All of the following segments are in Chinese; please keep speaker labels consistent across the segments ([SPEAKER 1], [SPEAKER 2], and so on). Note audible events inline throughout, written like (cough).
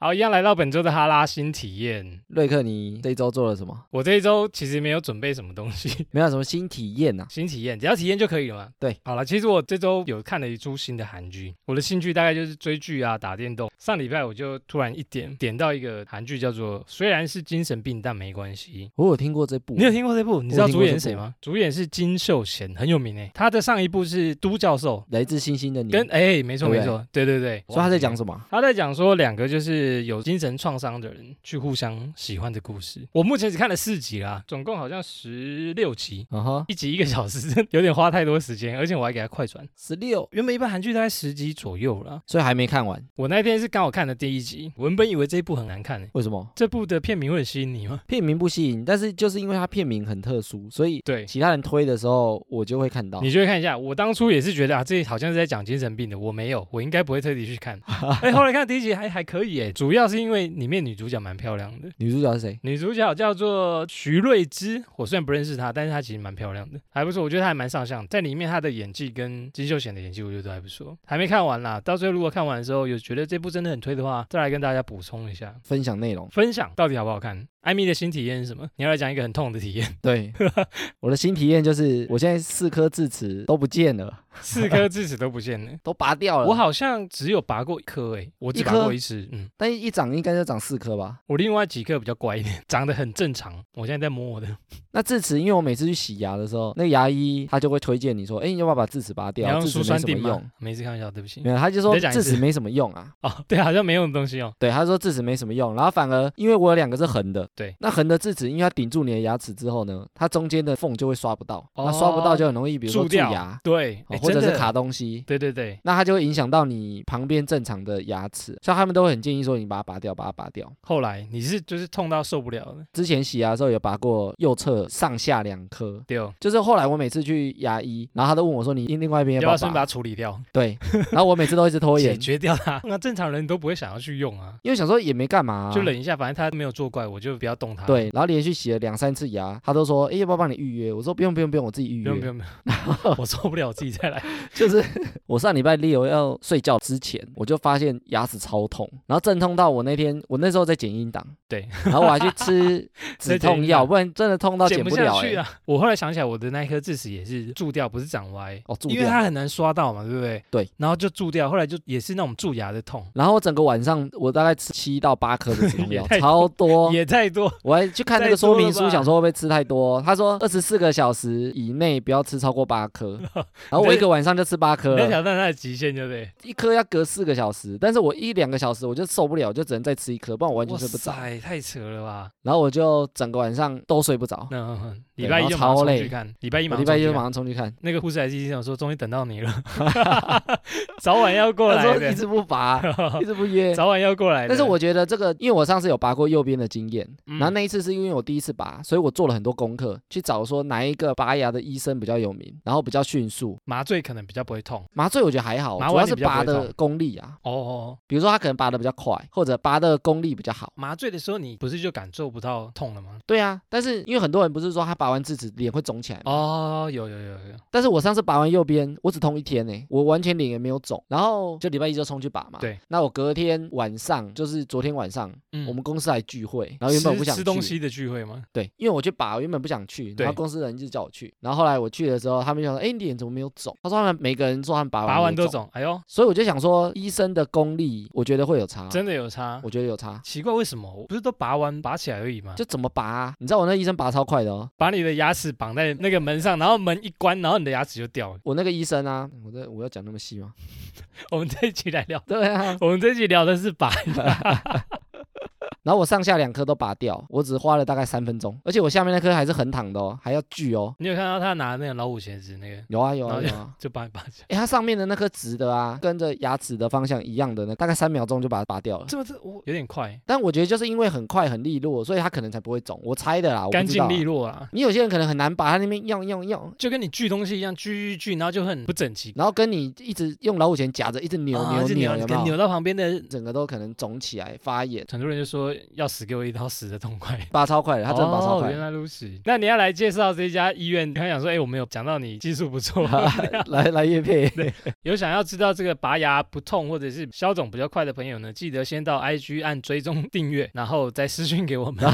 [SPEAKER 1] 好，一样来到本周的哈拉新体验。
[SPEAKER 2] 瑞克，你这一周做了什么？
[SPEAKER 1] 我这一周其实没有准备什么东西， (laughs)
[SPEAKER 2] 没有什么新体验呐、啊？
[SPEAKER 1] 新体验，只要体验就可以了嘛。
[SPEAKER 2] 对，
[SPEAKER 1] 好了，其实我这周有看了一出新的韩剧，我的兴趣大概就是追剧啊、打电动。上礼拜我就突然一点点到一个韩剧，叫做《虽然是精神病但没关系》。
[SPEAKER 2] 我有听过这部，
[SPEAKER 1] 你有听过这部？你知道
[SPEAKER 2] 哦我听
[SPEAKER 1] 主
[SPEAKER 2] 过这
[SPEAKER 1] 演谁
[SPEAKER 2] 部
[SPEAKER 1] 吗？主演是金秀贤，很有名诶。他的上一部是《都教授
[SPEAKER 2] 来自星星的你》，
[SPEAKER 1] 跟，哎，没错
[SPEAKER 2] 嗯对
[SPEAKER 1] 没
[SPEAKER 2] 不对
[SPEAKER 1] 错，对对对。
[SPEAKER 2] 所以他在讲什么？
[SPEAKER 1] 他在讲说两个就是有精神创伤的人去互相喜欢的故事。我目前只看了四集啦，总共好像十六集，
[SPEAKER 2] 啊哈，
[SPEAKER 1] 一集一个小时，真的有点花太多时间，而且我还给他快转。
[SPEAKER 2] 十六，
[SPEAKER 1] 原本一般韩剧大概十集左右啦，
[SPEAKER 2] 所以还没看完，
[SPEAKER 1] 我那天是刚好看的第一集，我原本以为这一部很难看、欸，
[SPEAKER 2] 为什么？
[SPEAKER 1] 这部的片名会很吸引你吗？
[SPEAKER 2] 片名不吸引，但是就是因为它片名很特殊，所以
[SPEAKER 1] 对。
[SPEAKER 2] 其他人推的时候我就会看到。
[SPEAKER 1] 你就会看一下，我当初也是觉得啊，这好像是在讲精神病的，我没有，我应该不会特地去 (laughs) 看。哎、后来看第一集还还可以哎，主要是因为里面女主角蛮漂亮的，
[SPEAKER 2] 女主角是谁？
[SPEAKER 1] 女主角叫做徐瑞芝，我虽然不认识她，但是她其实蛮漂亮的，还不错，我觉得她还蛮上相，在里面她的演技跟金秀贤的演技，我觉得都还不错。还没看完啦，到最后如果看完的时候有觉得这部真的很推的话，再来跟大家补充一下，
[SPEAKER 2] 分享内容。
[SPEAKER 1] 分享到底好不好看。艾米的新体验是什么？你要来讲一个很痛的体验， (laughs)
[SPEAKER 2] 对，我的新体验就是我现在四颗智齿都不见了，
[SPEAKER 1] 四颗智齿都不见了。
[SPEAKER 2] 都拔掉了。
[SPEAKER 1] (laughs) 我，好像只有拔过一颗诶、我只
[SPEAKER 2] 一
[SPEAKER 1] 拔
[SPEAKER 2] 颗
[SPEAKER 1] 过一次，嗯，
[SPEAKER 2] 但一长应该就长四颗吧？
[SPEAKER 1] 我另外几颗比较乖一点，长得很正常。我现在在摸我的，
[SPEAKER 2] 那智齿，因为我每次去洗牙的时候，那个牙医他就会推荐你说，哎，你要不要把智齿拔
[SPEAKER 1] 你
[SPEAKER 2] 掉？
[SPEAKER 1] 要
[SPEAKER 2] 智
[SPEAKER 1] 用
[SPEAKER 2] 齿
[SPEAKER 1] 舒
[SPEAKER 2] 没
[SPEAKER 1] 酸
[SPEAKER 2] 什
[SPEAKER 1] 定
[SPEAKER 2] 么
[SPEAKER 1] 吗
[SPEAKER 2] 用。？
[SPEAKER 1] 没事，开玩笑，对不起
[SPEAKER 2] 没。有，他就说
[SPEAKER 1] 你再讲一
[SPEAKER 2] 智
[SPEAKER 1] 次
[SPEAKER 2] 齿没什么用啊。
[SPEAKER 1] 哦，对，好像没有东西哦。
[SPEAKER 2] 对，他说智齿没什么用，然后反而因为我有两个是横的，
[SPEAKER 1] 对，
[SPEAKER 2] 那横的智齿因为它顶住你的牙齿之后呢，它中间的缝就会刷不到，那刷不
[SPEAKER 1] 哦
[SPEAKER 2] 到就很容易，比如说
[SPEAKER 1] 蛀
[SPEAKER 2] 蛀
[SPEAKER 1] 掉
[SPEAKER 2] 牙，
[SPEAKER 1] 对，
[SPEAKER 2] 哦
[SPEAKER 1] 诶
[SPEAKER 2] 或者
[SPEAKER 1] 真
[SPEAKER 2] 是
[SPEAKER 1] 的
[SPEAKER 2] 卡东西，
[SPEAKER 1] 对对对，
[SPEAKER 2] 那它就会影响到你旁边正常的牙齿，所以他们都会很建议说你把它拔掉，把它拔掉。
[SPEAKER 1] 后来你是就是痛到受不了了，
[SPEAKER 2] 之前洗牙的时候有拔过右侧上下两颗。
[SPEAKER 1] 对哦，
[SPEAKER 2] 就是后来我每次去牙医，然后他都问我说：“你另外一边
[SPEAKER 1] 要不
[SPEAKER 2] 要不
[SPEAKER 1] 要
[SPEAKER 2] 要
[SPEAKER 1] 先把
[SPEAKER 2] 拔
[SPEAKER 1] 它处理掉，？” (laughs)
[SPEAKER 2] 对，然后我每次都一直拖
[SPEAKER 1] 解
[SPEAKER 2] 延，
[SPEAKER 1] 决掉它？ (laughs) 那正常人都不会想要去用啊，
[SPEAKER 2] 因为想说也没干嘛、
[SPEAKER 1] 就忍一下，反正他没有作怪，我就不要动它。，
[SPEAKER 2] 啊对，然后连续洗了两三次牙，他都说：“哎，要不要帮你预约？”我说：“不用，不用，不用，我自己预
[SPEAKER 1] 不
[SPEAKER 2] 约。
[SPEAKER 1] 用不用不用， (laughs) 我受不了，我自己再来。
[SPEAKER 2] (laughs) 就是我上礼拜六要睡觉之前，我就发现牙齿超痛，然后阵痛到我那天，我那时候在剪音档，
[SPEAKER 1] 对，
[SPEAKER 2] 然后我还去吃止痛药，
[SPEAKER 1] (laughs) 在剪音档
[SPEAKER 2] 不然真的 (laughs) 痛到
[SPEAKER 1] 剪
[SPEAKER 2] 剪
[SPEAKER 1] 不
[SPEAKER 2] 了、
[SPEAKER 1] 下去
[SPEAKER 2] 欸。
[SPEAKER 1] 啊！我后来想起来，我的那一颗智齿也是蛀掉，不是长歪。
[SPEAKER 2] 哦，蛀
[SPEAKER 1] 因为
[SPEAKER 2] 掉。
[SPEAKER 1] 它很难刷到嘛，对不对？
[SPEAKER 2] 对，
[SPEAKER 1] 然后就蛀掉，后来就也是那种蛀牙的痛，
[SPEAKER 2] 然后我整个晚上，我大概吃七到八颗的止痛
[SPEAKER 1] 也
[SPEAKER 2] 药，
[SPEAKER 1] 太
[SPEAKER 2] 超多。
[SPEAKER 1] 也太多。
[SPEAKER 2] 我还去看那
[SPEAKER 1] 太
[SPEAKER 2] 个说
[SPEAKER 1] 多了
[SPEAKER 2] 明书，
[SPEAKER 1] 吧
[SPEAKER 2] 想说会不会吃太多。他说二十四个小时以内不要吃超过
[SPEAKER 1] (laughs)
[SPEAKER 2] 八颗，然后我一个晚上就吃八颗
[SPEAKER 1] 你要
[SPEAKER 2] 了。
[SPEAKER 1] 挑战它的极限，对不对？
[SPEAKER 2] 一颗要隔四个小时，但是我一两个小时我就受不了，我就只能再吃一颗，不然我完全
[SPEAKER 1] 哇
[SPEAKER 2] 睡不着。
[SPEAKER 1] 塞，太扯了吧！
[SPEAKER 2] 然后我就整个晚上都睡不着，
[SPEAKER 1] 那嗯嗯
[SPEAKER 2] 对
[SPEAKER 1] 礼拜一
[SPEAKER 2] 然后
[SPEAKER 1] 就马上
[SPEAKER 2] 超
[SPEAKER 1] 冲
[SPEAKER 2] 累
[SPEAKER 1] 去看，礼拜一
[SPEAKER 2] 我
[SPEAKER 1] 马
[SPEAKER 2] 礼
[SPEAKER 1] 上
[SPEAKER 2] 拜一
[SPEAKER 1] 冲
[SPEAKER 2] 就
[SPEAKER 1] 去啊
[SPEAKER 2] 马
[SPEAKER 1] 看
[SPEAKER 2] 上冲去看，
[SPEAKER 1] 那个护士还是医生说，终于等到你了，
[SPEAKER 2] (laughs)
[SPEAKER 1] (laughs) 早晚要过
[SPEAKER 2] 他
[SPEAKER 1] 来
[SPEAKER 2] 说一
[SPEAKER 1] 的，
[SPEAKER 2] 直不拔，一直不
[SPEAKER 1] (laughs)
[SPEAKER 2] 约。
[SPEAKER 1] 早晚要过来的。
[SPEAKER 2] 但是我觉得这个，因为我上次有拔过右边的经验，
[SPEAKER 1] 嗯
[SPEAKER 2] 然后那一次是因为我第一次拔，所以我做了很多功课，去找说哪一个拔牙的医生比较有名，然后比较迅速。
[SPEAKER 1] 麻醉可能比较不会痛。
[SPEAKER 2] 麻醉我觉得还好，
[SPEAKER 1] 麻
[SPEAKER 2] 主要
[SPEAKER 1] 完你
[SPEAKER 2] 是
[SPEAKER 1] 比较不
[SPEAKER 2] 拔
[SPEAKER 1] 会
[SPEAKER 2] 的
[SPEAKER 1] 痛
[SPEAKER 2] 功力啊，
[SPEAKER 1] 哦哦，哦
[SPEAKER 2] 比如说他可能拔的比较快，或者拔的功力比较好。
[SPEAKER 1] 麻醉的时候你不是就感受不到痛了吗？
[SPEAKER 2] 对啊，但是因为很多人不是说他拔完智齿脸会肿起来吗？
[SPEAKER 1] 哦，有有有有，
[SPEAKER 2] 但是我上次拔完右边，我只痛一天呢、欸我完全脸也没有肿，然后就礼拜一就冲去拔嘛。
[SPEAKER 1] 对，
[SPEAKER 2] 那我隔天晚上，就是昨天晚上，
[SPEAKER 1] 嗯
[SPEAKER 2] 我们公司来聚会，然后原本我不
[SPEAKER 1] 吃
[SPEAKER 2] 想
[SPEAKER 1] 吃
[SPEAKER 2] 去，
[SPEAKER 1] 东西的聚会吗？
[SPEAKER 2] 对，因为我去拔，我原本不想去，
[SPEAKER 1] 对
[SPEAKER 2] 然后公司人就叫我去，然后后来我去的时候，他们就说，哎，你脸怎么没有肿？他说他们每个人说他们拔啊完
[SPEAKER 1] 拔完
[SPEAKER 2] 没有
[SPEAKER 1] 都，肿，哎呦，
[SPEAKER 2] 所以我就想说，医生的功力，我觉得会有差，
[SPEAKER 1] 真的有差。
[SPEAKER 2] 我觉得有差。
[SPEAKER 1] 奇怪，为什么我不是都拔完拔起来而已吗？
[SPEAKER 2] 就怎么拔、啊？你知道我那医生拔超快的哦，
[SPEAKER 1] 把你的牙齿绑在那个门上，然后门一关，然后你的牙齿就掉了。
[SPEAKER 2] 我那个医生啊，我这我要讲那么细吗？ (laughs)
[SPEAKER 1] 我们这一期来聊，
[SPEAKER 2] 对啊，
[SPEAKER 1] 我们这一期聊的是拔，
[SPEAKER 2] 然后我上下两颗都拔掉，我只花了大概三分钟，而且我下面那颗还是横躺的哦，还要锯哦。
[SPEAKER 1] 你有看到他拿那个老虎钳子那个，
[SPEAKER 2] 有啊有啊
[SPEAKER 1] 然后
[SPEAKER 2] 有啊，
[SPEAKER 1] 就把你拔起来。
[SPEAKER 2] 哎，它上面的那颗直的啊，跟着牙齿的方向一样的呢，大概三秒钟就把它拔掉了。
[SPEAKER 1] 这么这我有点快，
[SPEAKER 2] 但我觉得就是因为很快很利落，所以它可能才不会肿，我猜的啦，我不
[SPEAKER 1] 干
[SPEAKER 2] 知道
[SPEAKER 1] 净
[SPEAKER 2] 啊。
[SPEAKER 1] 利落啊，
[SPEAKER 2] 你有些人可能很难拔，它那边用用用，
[SPEAKER 1] 就跟你锯东西一样，锯锯锯，然后就很不整齐，
[SPEAKER 2] 然后跟你一直用老虎钳夹着，一直扭
[SPEAKER 1] 啊
[SPEAKER 2] 扭
[SPEAKER 1] 就
[SPEAKER 2] 扭，有
[SPEAKER 1] 扭
[SPEAKER 2] 没有？
[SPEAKER 1] 扭到旁边的。
[SPEAKER 2] 整个都可能肿起来发炎。
[SPEAKER 1] 很多人就说说要死给我一刀死的痛快。
[SPEAKER 2] 拔超 (laughs) 快的，他真的拔超
[SPEAKER 1] 哦
[SPEAKER 2] 快
[SPEAKER 1] 原。来如此。那你要来介绍这家医院，刚想说，哎、我们有讲到你技术不
[SPEAKER 2] (laughs)
[SPEAKER 1] 错，
[SPEAKER 2] 来来叶配，
[SPEAKER 1] 有想要知道这个拔牙不痛或者是消肿比较快的朋友呢，记得先到 IG 按追踪订阅，然后再私讯给我
[SPEAKER 2] (laughs)
[SPEAKER 1] 们，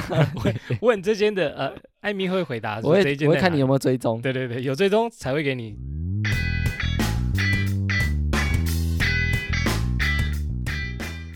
[SPEAKER 1] 问问这间的呃，艾米会回答
[SPEAKER 2] 我
[SPEAKER 1] 说这
[SPEAKER 2] 会
[SPEAKER 1] 一间
[SPEAKER 2] 我会
[SPEAKER 1] 在
[SPEAKER 2] 看
[SPEAKER 1] 哪
[SPEAKER 2] 你有没有追踪。
[SPEAKER 1] 对对对，有追踪才会给你。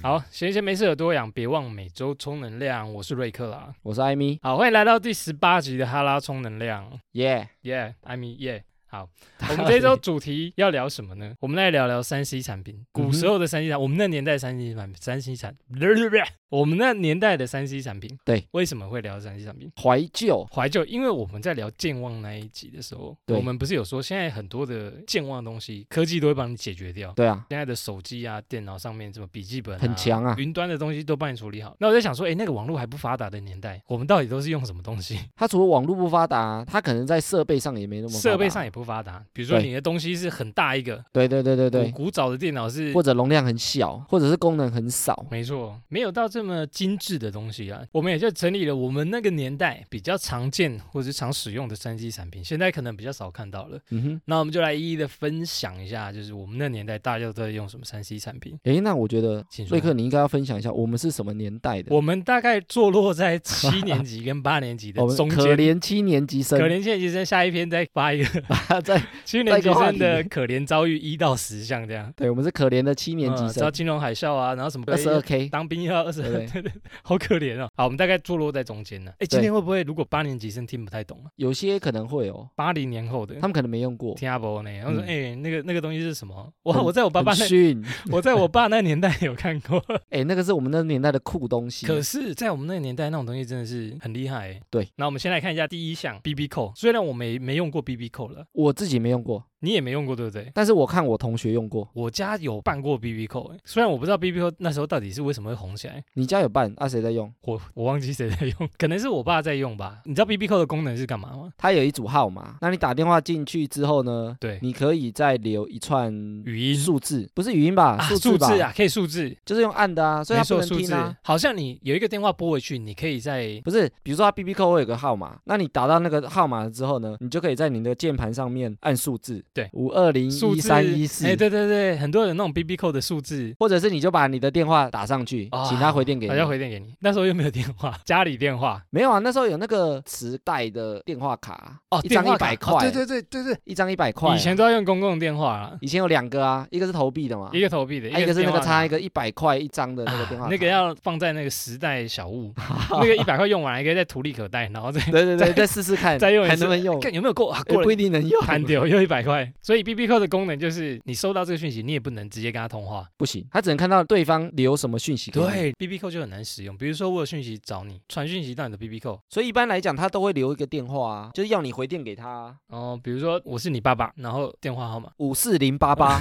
[SPEAKER 1] 好，闲闲没事有多养，别忘每周充能量。我是瑞克啦，
[SPEAKER 2] 我是艾米，
[SPEAKER 1] 好，欢迎来到第十八集的哈拉充能量，
[SPEAKER 2] 耶。
[SPEAKER 1] 耶，艾米耶。好，我们这周主题要聊什么呢？我们来聊聊三 C 产品，古时候的三 C 产，我们那年代三 C 产品，三 C 产， (laughs) 我们那年代的三 C 产品，
[SPEAKER 2] 对，
[SPEAKER 1] 为什么会聊三 C 产品？
[SPEAKER 2] (laughs) 怀旧，
[SPEAKER 1] 怀旧，因为我们在聊健忘那一集的时候，
[SPEAKER 2] 对
[SPEAKER 1] 我们不是有说现在很多的健忘的东西，科技都会帮你解决掉。
[SPEAKER 2] 对啊，
[SPEAKER 1] 现在的手机啊、电脑上面什么笔记本、
[SPEAKER 2] 很强啊
[SPEAKER 1] 云端的东西都帮你处理好。那我在想说，诶，那个网络还不发达的年代， (laughs) 我们到底都是用什么东西？
[SPEAKER 2] 他除了网络不发达，他可能在设备上也没那么发达
[SPEAKER 1] 设备上，也不发达。比如说
[SPEAKER 2] 对
[SPEAKER 1] 你的东西是很大一个，
[SPEAKER 2] 对对对对
[SPEAKER 1] 古
[SPEAKER 2] 对，
[SPEAKER 1] 古早的电脑是
[SPEAKER 2] 或者容量很小，或者是功能很少。
[SPEAKER 1] 没错，没有到这么精致的东西啊。我们也就整理了我们那个年代比较常见或者是常使用的三 C 产品，现在可能比较少看到了。
[SPEAKER 2] 嗯哼，
[SPEAKER 1] 那我们就来一一的分享一下，就是我们那年代大家都在用什么三 C 产品。
[SPEAKER 2] 诶，那我觉得
[SPEAKER 1] 请说
[SPEAKER 2] 瑞克，你应该要分享一下我们是什么年代的。
[SPEAKER 1] 我们大概坐落在七年级跟八年级的
[SPEAKER 2] 我们
[SPEAKER 1] 中
[SPEAKER 2] 可
[SPEAKER 1] 间。
[SPEAKER 2] 怜七年级生
[SPEAKER 1] 可怜现级生下一篇再发一个
[SPEAKER 2] (laughs) 在，
[SPEAKER 1] 七年级生
[SPEAKER 2] 再一个话
[SPEAKER 1] 的
[SPEAKER 2] 题
[SPEAKER 1] 可怜遭遇一到十项这样。
[SPEAKER 2] 对我们是可怜的七年级
[SPEAKER 1] 嗯知道
[SPEAKER 2] 生，
[SPEAKER 1] 金融海啸啊，然后什么
[SPEAKER 2] 二十二 K，
[SPEAKER 1] 当兵要二十二，
[SPEAKER 2] 对不
[SPEAKER 1] 对对，好可怜哦。好，我们大概坐落在中间呢。哎，今天会不会如果八年级生听不太懂啊？
[SPEAKER 2] 有些可能会哦，
[SPEAKER 1] 八零年后的
[SPEAKER 2] 他们可能没用过，
[SPEAKER 1] 听阿伯呢？然后说
[SPEAKER 2] 嗯
[SPEAKER 1] 哎，那个那个东西是什么？哇，
[SPEAKER 2] 很
[SPEAKER 1] 我在我爸爸
[SPEAKER 2] 很
[SPEAKER 1] 那，
[SPEAKER 2] 逊。
[SPEAKER 1] 我在我爸那年代有看过。
[SPEAKER 2] 诶，那个是我们那年代的酷东西。
[SPEAKER 1] 可是，在我们那个年代，那种东西真的是很厉害欸。
[SPEAKER 2] 对，
[SPEAKER 1] 那我们先来看一下第一项 BB 扣，虽然我没没用过 BB 扣了，
[SPEAKER 2] 我自己没用过，
[SPEAKER 1] 你也没用过，对不对？
[SPEAKER 2] 但是我看我同学用过。
[SPEAKER 1] 我家有办过 BB 扣，欸虽然我不知道 BB 扣那时候到底是为什么会红起来，
[SPEAKER 2] 你家有办？那、谁在用？
[SPEAKER 1] 我我忘记谁在用， (laughs) 可能是我爸在用吧。你知道 BB 扣的功能是干嘛吗？
[SPEAKER 2] 它有一组号码，那你打电话进去之后呢，
[SPEAKER 1] 对，
[SPEAKER 2] 你可以再留一串
[SPEAKER 1] 语音。
[SPEAKER 2] 数字，不是语音吧？
[SPEAKER 1] 啊，
[SPEAKER 2] 数
[SPEAKER 1] 数
[SPEAKER 2] 吧，
[SPEAKER 1] 字啊，可以数字，
[SPEAKER 2] 就是用按的啊，所以
[SPEAKER 1] 没
[SPEAKER 2] 它不
[SPEAKER 1] 错，
[SPEAKER 2] 能
[SPEAKER 1] 数
[SPEAKER 2] 听
[SPEAKER 1] 字
[SPEAKER 2] 啊。。
[SPEAKER 1] 好像你有一个电话拨回去，你可以在
[SPEAKER 2] 不是，比如说它 B B 扣会有个号码，那你打到那个号码之后呢，你就可以在你的键盘上面按数字，
[SPEAKER 1] 对
[SPEAKER 2] 五二零
[SPEAKER 1] 数
[SPEAKER 2] 一
[SPEAKER 1] 字
[SPEAKER 2] 三一四
[SPEAKER 1] 哎，，对对对，很多人那种 BB 扣的数字，
[SPEAKER 2] 或者是你就把你的电话打上去，
[SPEAKER 1] 啊
[SPEAKER 2] 请他回电给
[SPEAKER 1] 大家
[SPEAKER 2] 你。
[SPEAKER 1] 回电给你。那时候又没有电话， (laughs) 家里电话，
[SPEAKER 2] 没有啊，那时候有那个磁带的电话卡，
[SPEAKER 1] 哦，
[SPEAKER 2] 一
[SPEAKER 1] 电
[SPEAKER 2] 张
[SPEAKER 1] 话
[SPEAKER 2] 一
[SPEAKER 1] 卡
[SPEAKER 2] 百
[SPEAKER 1] 哦
[SPEAKER 2] 块，
[SPEAKER 1] 对对对对对，
[SPEAKER 2] 一张一百块啊。
[SPEAKER 1] 以前都要用公共电话啦，
[SPEAKER 2] 以前有两个啊，一个是投币的嘛，
[SPEAKER 1] 一个投币的，
[SPEAKER 2] 啊一个是那
[SPEAKER 1] 电话
[SPEAKER 2] 个
[SPEAKER 1] 卡
[SPEAKER 2] 差一个一百块一张的那个电话
[SPEAKER 1] 啊
[SPEAKER 2] 卡，
[SPEAKER 1] 那个要放在那个时代小物，
[SPEAKER 2] (laughs)
[SPEAKER 1] 那个一百块用完了，应该在土里可待，然后再
[SPEAKER 2] 对对对，再试试
[SPEAKER 1] (laughs)
[SPEAKER 2] 看，
[SPEAKER 1] 再用一
[SPEAKER 2] 还
[SPEAKER 1] 次
[SPEAKER 2] 能不能用？
[SPEAKER 1] 看有没有够啊，
[SPEAKER 2] 也
[SPEAKER 1] 过
[SPEAKER 2] 哦不
[SPEAKER 1] 了
[SPEAKER 2] 一定能用，
[SPEAKER 1] 弹掉又一百块。所以 B B Q 的功能就是你收到这个讯息，你也不能直接跟他通话。
[SPEAKER 2] (laughs) 不行，他只能看到对方留什么讯息给你。
[SPEAKER 1] 对，B B Q 就很难使用。比如说我有讯息找你，传讯息到你的 B B Q，
[SPEAKER 2] 所以一般来讲，他都会留一个电话啊，就是要你回电给他啊，，
[SPEAKER 1] 哦，比如说我是你爸爸，然后电话号码
[SPEAKER 2] 五四零
[SPEAKER 1] (laughs)
[SPEAKER 2] 八八，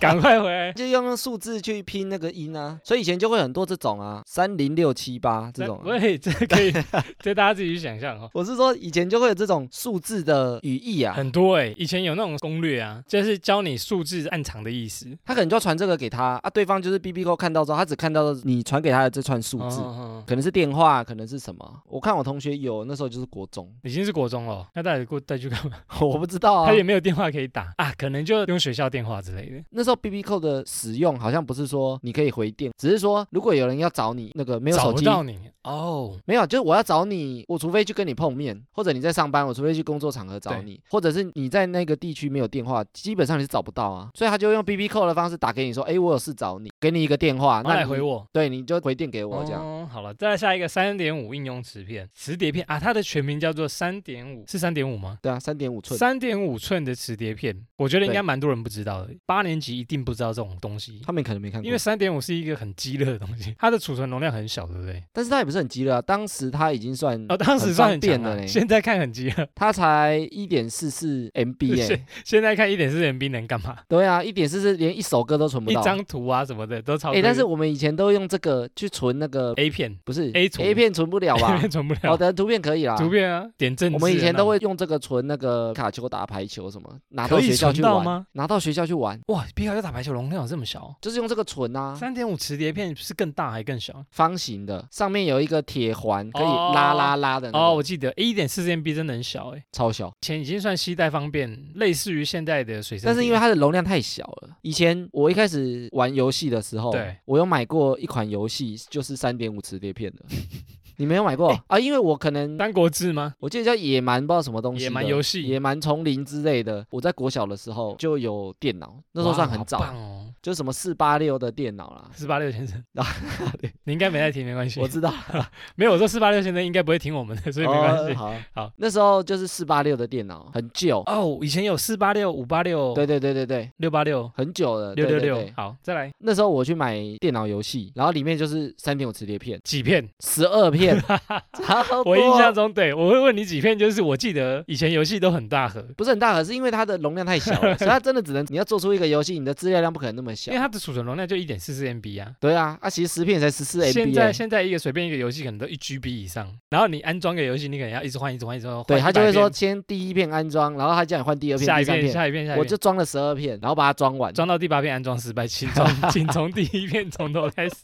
[SPEAKER 1] 赶快回来。
[SPEAKER 2] 就用那数字去拼那个音啊。所以以前就会很多这种啊，三零六七八 (laughs) 这种啊、
[SPEAKER 1] 喂，这可
[SPEAKER 2] (laughs)
[SPEAKER 1] 以，这大家自己去想象哦。
[SPEAKER 2] 我是说，以前就会有这种数字的语义啊，
[SPEAKER 1] 很多哎、以前有那种攻略啊，就是教你数字暗藏的意思。
[SPEAKER 2] 他可能就要传这个给他啊，对方就是 B B Q 看到之后，他只看到你传给他的这串数字，
[SPEAKER 1] 哦
[SPEAKER 2] 可能是电话，可能是什么？我看我同学有，那时候就是国中， (laughs)
[SPEAKER 1] 已经是国中了，那到底过带去干嘛？
[SPEAKER 2] 我不知道啊
[SPEAKER 1] 他。也没有电话可以打啊，可能就用学校电话之类的。
[SPEAKER 2] 那时候 B B 扣的使用好像不是说你可以回电，只是说如果有人要找你，那个没有
[SPEAKER 1] 找
[SPEAKER 2] 手
[SPEAKER 1] 不
[SPEAKER 2] 机，
[SPEAKER 1] 到你哦，
[SPEAKER 2] 没有，就是我要找你，我除非去跟你碰面，或者你在上班，我除非去工作场合找
[SPEAKER 1] 对
[SPEAKER 2] 你，或者是你在那个地区没有电话，基本上你是找不到啊。所以他就用 B B 扣的方式打给你说，哎，我有事找你，给你一个电话，
[SPEAKER 1] 那
[SPEAKER 2] 那
[SPEAKER 1] 哦来
[SPEAKER 2] 你
[SPEAKER 1] 回我。
[SPEAKER 2] 对，你就回电给我这样。
[SPEAKER 1] 哦，好了，再来下一个三点五应用磁片，磁碟片啊，它的全名叫做三点五，是三点五吗？
[SPEAKER 2] 对啊，三点五寸，
[SPEAKER 1] 三点五寸的磁碟片，我觉得应
[SPEAKER 2] 对
[SPEAKER 1] 该蛮多人不知道的，八年级一定不知道这种东西，
[SPEAKER 2] 他们可能没看过
[SPEAKER 1] 因为，三点五是一个很鸡肋的东西，它的储存容量很小，对不对？
[SPEAKER 2] 但是他也不是很急了啊，当时他已经算
[SPEAKER 1] 哦，当时算
[SPEAKER 2] 嗯很方
[SPEAKER 1] 很强
[SPEAKER 2] 便
[SPEAKER 1] 了、
[SPEAKER 2] 了嘞。
[SPEAKER 1] 现在看很急了。
[SPEAKER 2] 它才一点四四 MB 哎、耶！
[SPEAKER 1] 现在看一点四元兵能干嘛？
[SPEAKER 2] 对啊，一点四是连一首歌都存不
[SPEAKER 1] 一
[SPEAKER 2] 到。
[SPEAKER 1] 张图啊什么的都超贵。
[SPEAKER 2] 哎，但是我们以前都用这个去存那个，
[SPEAKER 1] A 片
[SPEAKER 2] 不是
[SPEAKER 1] A 存
[SPEAKER 2] A 片存不了
[SPEAKER 1] (laughs)
[SPEAKER 2] 吧
[SPEAKER 1] A？片存不了，
[SPEAKER 2] 好的，图片可以啦。
[SPEAKER 1] 图片啊点政治啊。
[SPEAKER 2] 我们以前
[SPEAKER 1] 那
[SPEAKER 2] 都
[SPEAKER 1] 种
[SPEAKER 2] 会用这个存那个卡球打排球什么，拿
[SPEAKER 1] 可
[SPEAKER 2] 到
[SPEAKER 1] 以
[SPEAKER 2] 学校
[SPEAKER 1] 存
[SPEAKER 2] 去
[SPEAKER 1] 到
[SPEAKER 2] 玩
[SPEAKER 1] 吗？
[SPEAKER 2] 拿到学校去玩，
[SPEAKER 1] 哇，皮卡丘打排球容量有这么小？
[SPEAKER 2] 就是用这个存啊，
[SPEAKER 1] 三点五磁碟片是更大还更小？
[SPEAKER 2] 方形的，上面有一个铁环，可以拉拉拉的那
[SPEAKER 1] 哦，
[SPEAKER 2] 个，
[SPEAKER 1] 我记得一点四 MB 真的很小哎，
[SPEAKER 2] 超小。
[SPEAKER 1] 钱已经算携带方便，类似于现在的随身碟。
[SPEAKER 2] 但是因为它的容量太小了，以前我一开始玩游戏的时候
[SPEAKER 1] 对，
[SPEAKER 2] 我有买过一款游戏，就是三点五磁碟片的。
[SPEAKER 1] (laughs)
[SPEAKER 2] 你没有买
[SPEAKER 1] 哎
[SPEAKER 2] 过啊？因为我可能
[SPEAKER 1] 三国志吗？
[SPEAKER 2] 我记得叫野蛮，不知道什么东西的，
[SPEAKER 1] 野蛮游戏
[SPEAKER 2] 野蛮丛林之类的。我在国小的时候就有电脑，那时候算
[SPEAKER 1] 哇
[SPEAKER 2] 很
[SPEAKER 1] 好
[SPEAKER 2] 早
[SPEAKER 1] 棒，哦，
[SPEAKER 2] 就什么四八六的电脑啦。
[SPEAKER 1] 四八六
[SPEAKER 2] (laughs)
[SPEAKER 1] 先生，你应该没在听，没关系 (laughs)
[SPEAKER 2] 我。知道，
[SPEAKER 1] 没有，我说四八六先生应该不会听我们的，所以没关
[SPEAKER 2] 哦
[SPEAKER 1] 系。
[SPEAKER 2] 好，
[SPEAKER 1] 好
[SPEAKER 2] 那时候就是四八六的电脑，很旧。
[SPEAKER 1] 哦，以前有四八六、五八六、
[SPEAKER 2] 对对对对对，
[SPEAKER 1] 六八六、
[SPEAKER 2] 很久了。
[SPEAKER 1] 六六
[SPEAKER 2] 对呃对
[SPEAKER 1] 六
[SPEAKER 2] 对。
[SPEAKER 1] 好，再来
[SPEAKER 2] 那时候我去买电脑游戏，然后里面就是三点五磁碟片，
[SPEAKER 1] 几片。
[SPEAKER 2] 十
[SPEAKER 1] (laughs)
[SPEAKER 2] 二片，超
[SPEAKER 1] 我印
[SPEAKER 2] 多
[SPEAKER 1] 象中，对我会问你几片，就是我记得以前游戏都很大盒，
[SPEAKER 2] 不是很大盒，是因为它的容量太
[SPEAKER 1] (laughs)
[SPEAKER 2] 小了，所以它真的只能你要做出一个游戏，你的资料量不可能那么
[SPEAKER 1] 因
[SPEAKER 2] 小
[SPEAKER 1] 为。它的储存容量就一点四四 MB 啊。
[SPEAKER 2] 对啊，啊，其实十片才十四 MB，
[SPEAKER 1] 现在
[SPEAKER 2] 欸
[SPEAKER 1] 现在一个随便一个游戏可能都一 GB 以上，然后你安装个游戏，你可能要一直换，一直换，一直换。
[SPEAKER 2] 对
[SPEAKER 1] 换
[SPEAKER 2] 他就会
[SPEAKER 1] 100
[SPEAKER 2] 说
[SPEAKER 1] 遍
[SPEAKER 2] 先第一片安装，然后他叫你换第二片、
[SPEAKER 1] 下
[SPEAKER 2] 第
[SPEAKER 1] 一
[SPEAKER 2] 三
[SPEAKER 1] 片，下一片，下一片。
[SPEAKER 2] 我就装了十二片，然后把它装完。
[SPEAKER 1] 装到第八片安装失败，请
[SPEAKER 2] (laughs)
[SPEAKER 1] 从请从第一片从头开始，